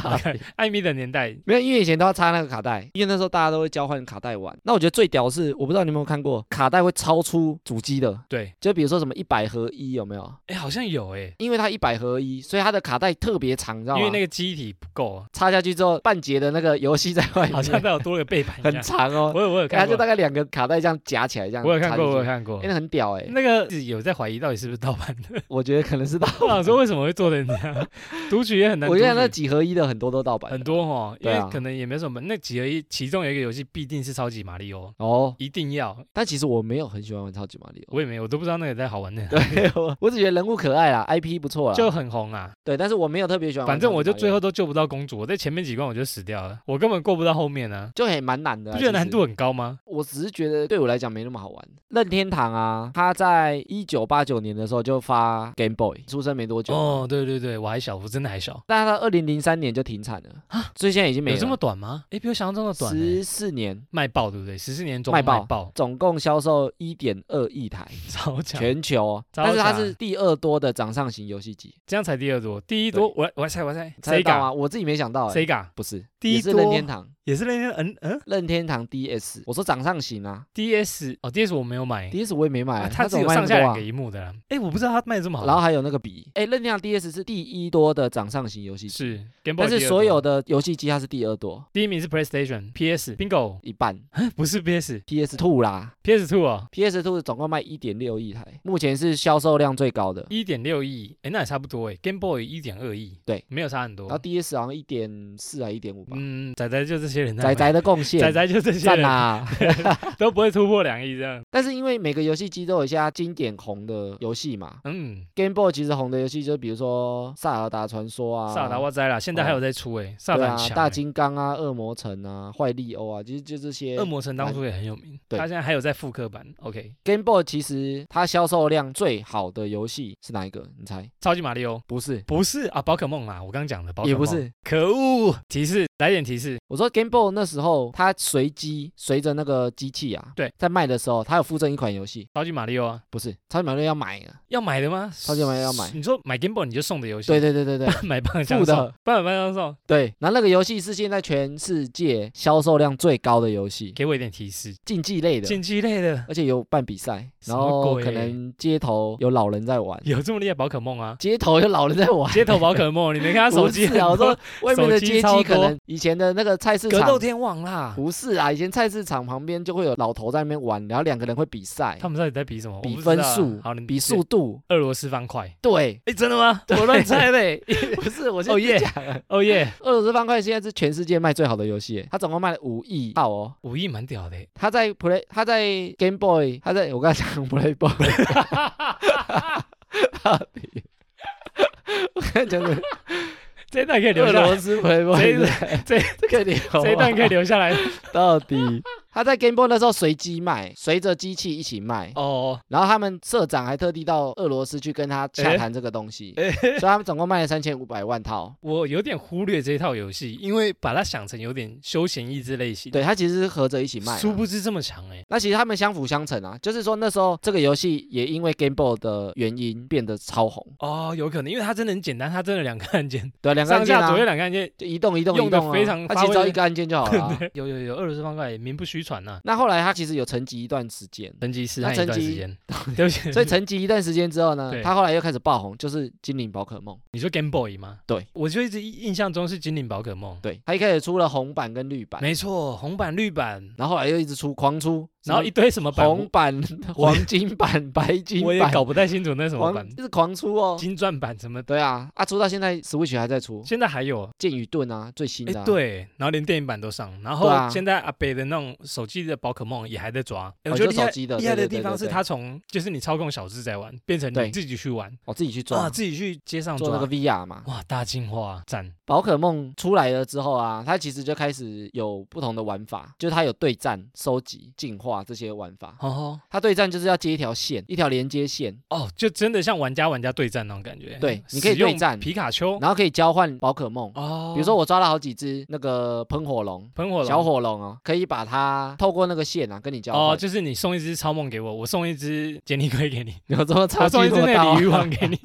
[SPEAKER 2] 大
[SPEAKER 1] 看艾米的年代，
[SPEAKER 2] 没有，因为以前都要插那个卡带，因为那时候大家都会交换卡带玩。那我觉得最屌的是，我不知道你有没有看过，卡带会超出主机的，
[SPEAKER 1] 对，
[SPEAKER 2] 就比如说什么一百合一有没有？
[SPEAKER 1] 哎，好像有哎，
[SPEAKER 2] 因为它一百合一，所以它的卡带特别长，你知道吗？啊
[SPEAKER 1] 因为那个机体不够
[SPEAKER 2] (laughs)
[SPEAKER 1] 啊，
[SPEAKER 2] 插下去之后，半截的那个游戏在外面，
[SPEAKER 1] 好像再有多了个背板一
[SPEAKER 2] (laughs) 很
[SPEAKER 1] 样。
[SPEAKER 2] 长哦。
[SPEAKER 1] 我有我有
[SPEAKER 2] 它
[SPEAKER 1] 看
[SPEAKER 2] 就
[SPEAKER 1] 过
[SPEAKER 2] 大，概两个卡带这样夹起来，这样
[SPEAKER 1] 我有
[SPEAKER 2] 插
[SPEAKER 1] 看
[SPEAKER 2] 进
[SPEAKER 1] 过，
[SPEAKER 2] 去
[SPEAKER 1] 我有看过
[SPEAKER 2] 哎，。那很屌哎、
[SPEAKER 1] 那个有在怀疑到底是不是盗版的？
[SPEAKER 2] 我觉得可能是盗
[SPEAKER 1] 我
[SPEAKER 2] 版
[SPEAKER 1] 想。说为什么会做成这样，读取也很 (laughs) 难读
[SPEAKER 2] 我
[SPEAKER 1] 取。
[SPEAKER 2] 跟你讲，那几合一的很多都盗版的。
[SPEAKER 1] 很多哦，因
[SPEAKER 2] 对
[SPEAKER 1] 为
[SPEAKER 2] 啊
[SPEAKER 1] 可能也没什么。那几合一，其中有一个游戏必定是超级马里奥，
[SPEAKER 2] 哦，
[SPEAKER 1] 一定要。
[SPEAKER 2] 但其实我没有很喜欢玩超级马里奥。
[SPEAKER 1] 我也没有，我都不知道那个在好玩的，
[SPEAKER 2] 对，我我只觉得人物可爱啦，IP 不错啦。
[SPEAKER 1] 就很红啊。
[SPEAKER 2] 对，但是我没有特别喜欢玩
[SPEAKER 1] 反
[SPEAKER 2] 超
[SPEAKER 1] 正
[SPEAKER 2] 级马里奥。
[SPEAKER 1] 我就最后都救不到公主，我在前面几关我就死掉了，我根本过不到后面啊。
[SPEAKER 2] 就很蛮难的啊，
[SPEAKER 1] 不觉得
[SPEAKER 2] 其实
[SPEAKER 1] 难度很高吗？
[SPEAKER 2] 我只是觉得对我来讲没那么好玩。任天堂啊，他在一九八九年的时候就发 Game Boy，出生没多久，
[SPEAKER 1] 哦，对对对，我还小，我真的还小。
[SPEAKER 2] 但他二零零三年就停产了，
[SPEAKER 1] 啊
[SPEAKER 2] 所以现在已经没
[SPEAKER 1] 有
[SPEAKER 2] 了啊
[SPEAKER 1] 这么短吗？诶，比我想象中的短欸、
[SPEAKER 2] 十四年，
[SPEAKER 1] 卖爆对不对？十四年中
[SPEAKER 2] 卖爆
[SPEAKER 1] 爆，爆
[SPEAKER 2] 总共销售一点二亿
[SPEAKER 1] (laughs)
[SPEAKER 2] 台，
[SPEAKER 1] 超强，
[SPEAKER 2] 全球哦，
[SPEAKER 1] 超
[SPEAKER 2] 但是它
[SPEAKER 1] 强欸
[SPEAKER 2] 是第二多的掌上型游戏机，
[SPEAKER 1] 这样才第二多，第一多我我猜我猜
[SPEAKER 2] 猜得到
[SPEAKER 1] Sega
[SPEAKER 2] 吗？我自己没想到，哎，
[SPEAKER 1] Sega
[SPEAKER 2] 不是，
[SPEAKER 1] 第一
[SPEAKER 2] 也是任
[SPEAKER 1] 多
[SPEAKER 2] 天堂，
[SPEAKER 1] 也是那天嗯嗯
[SPEAKER 2] 任天堂 DS，我说掌上型啊
[SPEAKER 1] DS 哦 DS 我没有买，
[SPEAKER 2] ，DS 我也没买
[SPEAKER 1] 啊
[SPEAKER 2] 啊，
[SPEAKER 1] 它
[SPEAKER 2] 怎
[SPEAKER 1] 是
[SPEAKER 2] 么
[SPEAKER 1] 有上
[SPEAKER 2] 卖那么
[SPEAKER 1] 下
[SPEAKER 2] 多
[SPEAKER 1] 两哦
[SPEAKER 2] 啊
[SPEAKER 1] 个？荧幕的啦。诶，我不知道它卖得这么好，
[SPEAKER 2] 然后还有那个笔，哎，任天堂 DS 是第一多的掌上型游戏机，
[SPEAKER 1] 是 Game Boy，
[SPEAKER 2] 但是
[SPEAKER 1] 第二
[SPEAKER 2] 所有
[SPEAKER 1] 多
[SPEAKER 2] 的游戏机它是第二多，
[SPEAKER 1] 第一名是 PlayStation PS Bingo
[SPEAKER 2] 一半
[SPEAKER 1] 不是 PS
[SPEAKER 2] ，PS Two 啦
[SPEAKER 1] PS Two 哦，
[SPEAKER 2] ，PS Two 总共卖一点六亿台，目前是销售量最高的。
[SPEAKER 1] 一点六亿，诶，那也差不多诶 g a m e Boy 一点二亿，
[SPEAKER 2] 对，
[SPEAKER 1] 没有差很
[SPEAKER 2] 然后
[SPEAKER 1] 多。
[SPEAKER 2] DS 好像一点四还一点五吧，
[SPEAKER 1] 嗯，仔仔就这些人在
[SPEAKER 2] 仔
[SPEAKER 1] 买，
[SPEAKER 2] 仔的
[SPEAKER 1] (laughs)
[SPEAKER 2] 贡献，
[SPEAKER 1] 仔仔就这些
[SPEAKER 2] 赞
[SPEAKER 1] 人
[SPEAKER 2] 啦！
[SPEAKER 1] 都不会突破两亿这样。
[SPEAKER 2] (laughs) 但是因为每个游戏机都有一些它经典红的游戏嘛
[SPEAKER 1] 嗯，
[SPEAKER 2] ，Game Boy 其实红的游戏就比如说《萨尔达传说》啊，
[SPEAKER 1] 萨尔达哇塞啦，现在还有在出诶，萨尔
[SPEAKER 2] 对
[SPEAKER 1] 达很
[SPEAKER 2] 啊，
[SPEAKER 1] 强
[SPEAKER 2] 大
[SPEAKER 1] 欸。
[SPEAKER 2] 金刚啊，恶魔城啊，坏利欧啊，其实就这些
[SPEAKER 1] 恶。魔城当初也很有名，
[SPEAKER 2] 对
[SPEAKER 1] 他现在还有在复刻版。OK，
[SPEAKER 2] Game Boy 其实它销售量最好的游戏是哪一个？你猜？
[SPEAKER 1] 超级马里奥
[SPEAKER 2] 不是，
[SPEAKER 1] 不是啊，宝可梦啦，我刚讲的宝可梦
[SPEAKER 2] 也不，是。
[SPEAKER 1] 可恶！提示来点提示，
[SPEAKER 2] 我说 Game Boy 那时候它随机随着那个机器啊，
[SPEAKER 1] 对，
[SPEAKER 2] 在卖的时候，它有附赠一款游戏，
[SPEAKER 1] 超级马里奥啊，
[SPEAKER 2] 不是超级马里奥要买啊。
[SPEAKER 1] 要买的吗？
[SPEAKER 2] (laughs) 超级马里奥要买
[SPEAKER 1] 你说买 Game Boy 你就送的游戏，
[SPEAKER 2] 对对对对对
[SPEAKER 1] (laughs) 买棒球
[SPEAKER 2] 付的
[SPEAKER 1] 送，半买棒球送，
[SPEAKER 2] 对，然后那个游戏是现在全世界销售量最高的游戏，
[SPEAKER 1] 给我一点提示，
[SPEAKER 2] 竞技类的，
[SPEAKER 1] 竞技类的 (laughs)
[SPEAKER 2] 而且有办比赛，
[SPEAKER 1] 什
[SPEAKER 2] 然
[SPEAKER 1] 么
[SPEAKER 2] 后
[SPEAKER 1] 鬼
[SPEAKER 2] 可能街头有老人在玩，
[SPEAKER 1] 有这么厉害宝可梦啊？
[SPEAKER 2] 街头有老人在玩，
[SPEAKER 1] 街头宝可梦，你没看他手机
[SPEAKER 2] 不
[SPEAKER 1] 很
[SPEAKER 2] 是 (laughs) 啊，我
[SPEAKER 1] 多
[SPEAKER 2] 说外面的
[SPEAKER 1] 手机
[SPEAKER 2] 街
[SPEAKER 1] 超
[SPEAKER 2] 机可
[SPEAKER 1] 多
[SPEAKER 2] 能以前的那个菜市
[SPEAKER 1] 格
[SPEAKER 2] 场
[SPEAKER 1] 斗。天王啦，
[SPEAKER 2] 不是啊，以前菜市场旁边就会有老头在那边玩，然后两个人会比赛
[SPEAKER 1] 他，们到底在比什么？
[SPEAKER 2] 比
[SPEAKER 1] 我不知
[SPEAKER 2] 分
[SPEAKER 1] 道啊
[SPEAKER 2] 数
[SPEAKER 1] 好，你，
[SPEAKER 2] 比速，度。
[SPEAKER 1] 俄罗斯方块。
[SPEAKER 2] 对，
[SPEAKER 1] 哎，真的吗？
[SPEAKER 2] 我乱猜嘞， (laughs) 不是，我
[SPEAKER 1] 哦
[SPEAKER 2] 先
[SPEAKER 1] 耶
[SPEAKER 2] 讲啊。
[SPEAKER 1] 哦耶，
[SPEAKER 2] 俄罗斯方块现在是全世界卖最好的游戏，它总共卖了五亿套哦。
[SPEAKER 1] 五亿蛮屌的欸，
[SPEAKER 2] 它在 Play，它在 Game Boy，它在我刚才讲 (laughs) Play Boy，到底我刚
[SPEAKER 1] (laughs)
[SPEAKER 2] 才讲的
[SPEAKER 1] 哎这一段可以留
[SPEAKER 2] 俄
[SPEAKER 1] 下
[SPEAKER 2] 罗
[SPEAKER 1] 来，
[SPEAKER 2] 斯 Play
[SPEAKER 1] 这
[SPEAKER 2] Boy，
[SPEAKER 1] 这
[SPEAKER 2] (laughs) 这个你
[SPEAKER 1] 这一段可以留
[SPEAKER 2] (laughs)
[SPEAKER 1] 下来。
[SPEAKER 2] 到底？他在 Game Boy 那时候随机卖，随着机器一起卖，
[SPEAKER 1] 哦，
[SPEAKER 2] 然后他们社长还特地到俄罗斯去跟他洽谈这个东西，所以他们总共卖了三千五百万套。
[SPEAKER 1] 我有点忽略这一套游戏，因为把它想成有点休闲益智类型。
[SPEAKER 2] 对，它其实是合着一起卖啊、
[SPEAKER 1] 殊不知这么强哎、
[SPEAKER 2] 那其实他们相辅相成啊，就是说那时候这个游戏也因为 Game Boy 的原因变得超红，
[SPEAKER 1] 哦，有可能，因为它真的很简单，它真的两个按键，
[SPEAKER 2] 对啊，两个按
[SPEAKER 1] 上
[SPEAKER 2] 键
[SPEAKER 1] 下
[SPEAKER 2] 啊
[SPEAKER 1] 左右，两个按键。
[SPEAKER 2] 就移动移动
[SPEAKER 1] 用
[SPEAKER 2] 移
[SPEAKER 1] 得
[SPEAKER 2] 动啊，
[SPEAKER 1] 非常
[SPEAKER 2] 它
[SPEAKER 1] 发
[SPEAKER 2] 其实
[SPEAKER 1] 挥
[SPEAKER 2] 只要
[SPEAKER 1] 的
[SPEAKER 2] 一个按键就好
[SPEAKER 1] (laughs)
[SPEAKER 2] 了啊、
[SPEAKER 1] 有有有，俄罗斯方块也名不虚传呐、啊
[SPEAKER 2] 那后来它其实有沉寂一段时
[SPEAKER 1] (laughs)
[SPEAKER 2] 间，
[SPEAKER 1] 成吉思
[SPEAKER 2] 那
[SPEAKER 1] 汗一段
[SPEAKER 2] 成
[SPEAKER 1] 时
[SPEAKER 2] 吉 (laughs)
[SPEAKER 1] 间，对不起，
[SPEAKER 2] 所以沉寂一段时间之后呢
[SPEAKER 1] 对，
[SPEAKER 2] 它后来又开始爆红，就是精灵宝可梦。
[SPEAKER 1] 你说 Game Boy 吗？
[SPEAKER 2] 对，
[SPEAKER 1] 我就一直印象中是精灵宝可梦。
[SPEAKER 2] 对，它一开始出了红版跟绿版，
[SPEAKER 1] 没错，红版、绿版，
[SPEAKER 2] 然后后来又一直出狂出，
[SPEAKER 1] 然后一
[SPEAKER 2] 什
[SPEAKER 1] 堆什么
[SPEAKER 2] 么
[SPEAKER 1] 版，
[SPEAKER 2] 红版、
[SPEAKER 1] (laughs) 我
[SPEAKER 2] 黄金版、白金
[SPEAKER 1] 我也
[SPEAKER 2] 版、
[SPEAKER 1] 搞不太清楚那什么版
[SPEAKER 2] 黄，就是狂出哦。
[SPEAKER 1] 金钻版什么的，
[SPEAKER 2] 对啊，啊出到现在 Switch 还在出《
[SPEAKER 1] 现在还有。
[SPEAKER 2] 剑与盾》啊，最新
[SPEAKER 1] 哎
[SPEAKER 2] 的、啊。，
[SPEAKER 1] 对，然后连电影版都上，然后
[SPEAKER 2] 对啊
[SPEAKER 1] 现在阿北的那种手机的宝可梦也还在抓。哎我
[SPEAKER 2] 哦
[SPEAKER 1] 觉得
[SPEAKER 2] 就
[SPEAKER 1] 厉害
[SPEAKER 2] 手机的
[SPEAKER 1] 厉害
[SPEAKER 2] 对
[SPEAKER 1] 的
[SPEAKER 2] 对对
[SPEAKER 1] 地方
[SPEAKER 2] 对
[SPEAKER 1] 是
[SPEAKER 2] 对
[SPEAKER 1] 它从就是你操控小智在玩，变成你
[SPEAKER 2] 对
[SPEAKER 1] 自己去玩
[SPEAKER 2] 哦我自己去
[SPEAKER 1] 啊，
[SPEAKER 2] 抓，
[SPEAKER 1] 自己啊去街上
[SPEAKER 2] 做那
[SPEAKER 1] 抓
[SPEAKER 2] 个。VR 嘛。
[SPEAKER 1] 哇，大进化，赞！
[SPEAKER 2] 宝可梦出来了之后啊，它其实就开始有不同的玩法，就是它有对战、收集、进化这些玩法。
[SPEAKER 1] 哦
[SPEAKER 2] 它对战就是要接一条线，一条连接线，
[SPEAKER 1] 哦，就真的像玩家玩家对战那种感觉。
[SPEAKER 2] 对
[SPEAKER 1] 使
[SPEAKER 2] 你可以对
[SPEAKER 1] 用
[SPEAKER 2] 战
[SPEAKER 1] 皮卡丘。
[SPEAKER 2] 然后可以交换宝可梦。
[SPEAKER 1] 哦，
[SPEAKER 2] 比如说我抓了好几只那个喷火龙、
[SPEAKER 1] 喷火龙
[SPEAKER 2] 小火龙哦，可以把它透过那个线啊跟你交换。
[SPEAKER 1] 哦，就是你送一只超梦给我，我送一只杰尼龟给你，
[SPEAKER 2] 有这么
[SPEAKER 1] 我
[SPEAKER 2] 差距
[SPEAKER 1] 送一只
[SPEAKER 2] 这么大
[SPEAKER 1] 那
[SPEAKER 2] 啊 (laughs)
[SPEAKER 1] 个鲤鱼王给你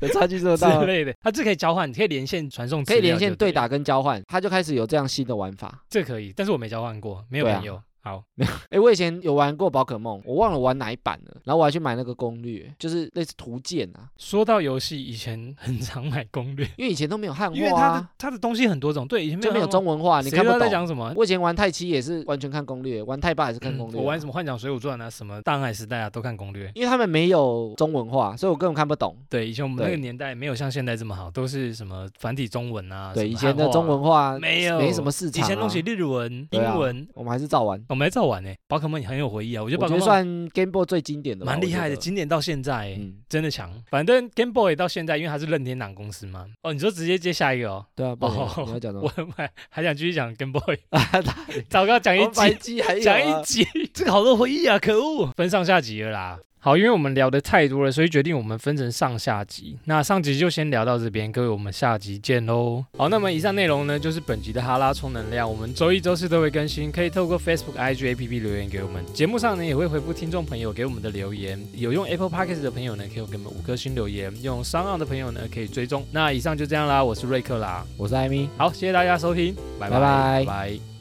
[SPEAKER 2] 有差距这么
[SPEAKER 1] 之
[SPEAKER 2] 大啊？
[SPEAKER 1] 类的，它这可以交换，你可以连线传送，
[SPEAKER 2] 可以连线对，打跟交换，它就开始有这样新的玩法。
[SPEAKER 1] 这可以，但是我没交换过，没有
[SPEAKER 2] 对啊
[SPEAKER 1] 朋友。好，
[SPEAKER 2] 诶，我以前有玩过宝可梦，我忘了玩哪一版了，然后我还去买那个攻略，就是类似图鉴啊，
[SPEAKER 1] 说到游戏，以前很常买攻略，
[SPEAKER 2] 因为以前都没有汉
[SPEAKER 1] 因为
[SPEAKER 2] 化
[SPEAKER 1] 它的
[SPEAKER 2] 啊，
[SPEAKER 1] 它的东西很多种，对，以前没
[SPEAKER 2] 就
[SPEAKER 1] 有
[SPEAKER 2] 没有
[SPEAKER 1] 汉化
[SPEAKER 2] 中文啊化，你
[SPEAKER 1] 谁
[SPEAKER 2] 看
[SPEAKER 1] 知
[SPEAKER 2] 不
[SPEAKER 1] 道在
[SPEAKER 2] 懂。
[SPEAKER 1] 讲什么？嗯
[SPEAKER 2] 我以前玩太七也是完全看攻略，玩太八也是看攻略啊、
[SPEAKER 1] 我玩什么《幻想水浒传》啊，什么《大航海时代》啊，都看攻略。
[SPEAKER 2] 因为他们没有中文化，所以我根本看不懂。
[SPEAKER 1] 对，以前我们那个
[SPEAKER 2] 对
[SPEAKER 1] 年代没有像现在这么好，都是什么繁体中文啊，
[SPEAKER 2] 对，
[SPEAKER 1] 什么
[SPEAKER 2] 以前
[SPEAKER 1] 汉
[SPEAKER 2] 的
[SPEAKER 1] 化啊
[SPEAKER 2] 中文化
[SPEAKER 1] 没有，
[SPEAKER 2] 没什么市场、啊。
[SPEAKER 1] 以前弄起日文、
[SPEAKER 2] 对啊
[SPEAKER 1] 英文，
[SPEAKER 2] 我们还是照玩。
[SPEAKER 1] 我们还照玩呢。宝可梦也很有回忆啊，我觉得宝
[SPEAKER 2] 我觉
[SPEAKER 1] 可
[SPEAKER 2] 得
[SPEAKER 1] 梦
[SPEAKER 2] 算 Game Boy 最经典的吧，
[SPEAKER 1] 蛮厉害的，
[SPEAKER 2] 我觉
[SPEAKER 1] 经典到现在
[SPEAKER 2] 得
[SPEAKER 1] 欸。
[SPEAKER 2] 嗯，
[SPEAKER 1] 真的强，反正 Game Boy 到现在，因为它是任天堂公司嘛。哦，你说直接接下一个哦，
[SPEAKER 2] 对啊，不然
[SPEAKER 1] 哦
[SPEAKER 2] 你要讲什
[SPEAKER 1] 我 (laughs)
[SPEAKER 2] 么？
[SPEAKER 1] 还还想继续讲 Game
[SPEAKER 2] (laughs)
[SPEAKER 1] Boy， (laughs)
[SPEAKER 2] 啊，
[SPEAKER 1] 糟糕，讲一
[SPEAKER 2] 我白
[SPEAKER 1] 集，
[SPEAKER 2] 机还有
[SPEAKER 1] 讲
[SPEAKER 2] 啊
[SPEAKER 1] 一集， (laughs) 这个好多回忆啊，可恶，分上下集了啦。好，因为我们聊的太多了，所以决定我们分成上下集。那上集就先聊到这边，各位，我们下集见喽。好，那么以上内容呢，就是本集的哈拉充能量，我们周一、周四都会更新，可以透过 Facebook、IG、APP 留言给我们。节目上呢，也会回复听众朋友给我们的留言。有用 Apple Podcast 的朋友呢，可以给我们五颗星留言；用商岸的朋友呢，可以追踪。那以上就这样啦，我是瑞克啦。
[SPEAKER 2] 我是艾米。
[SPEAKER 1] 好，谢谢大家收听，拜拜
[SPEAKER 2] 拜拜
[SPEAKER 1] 拜。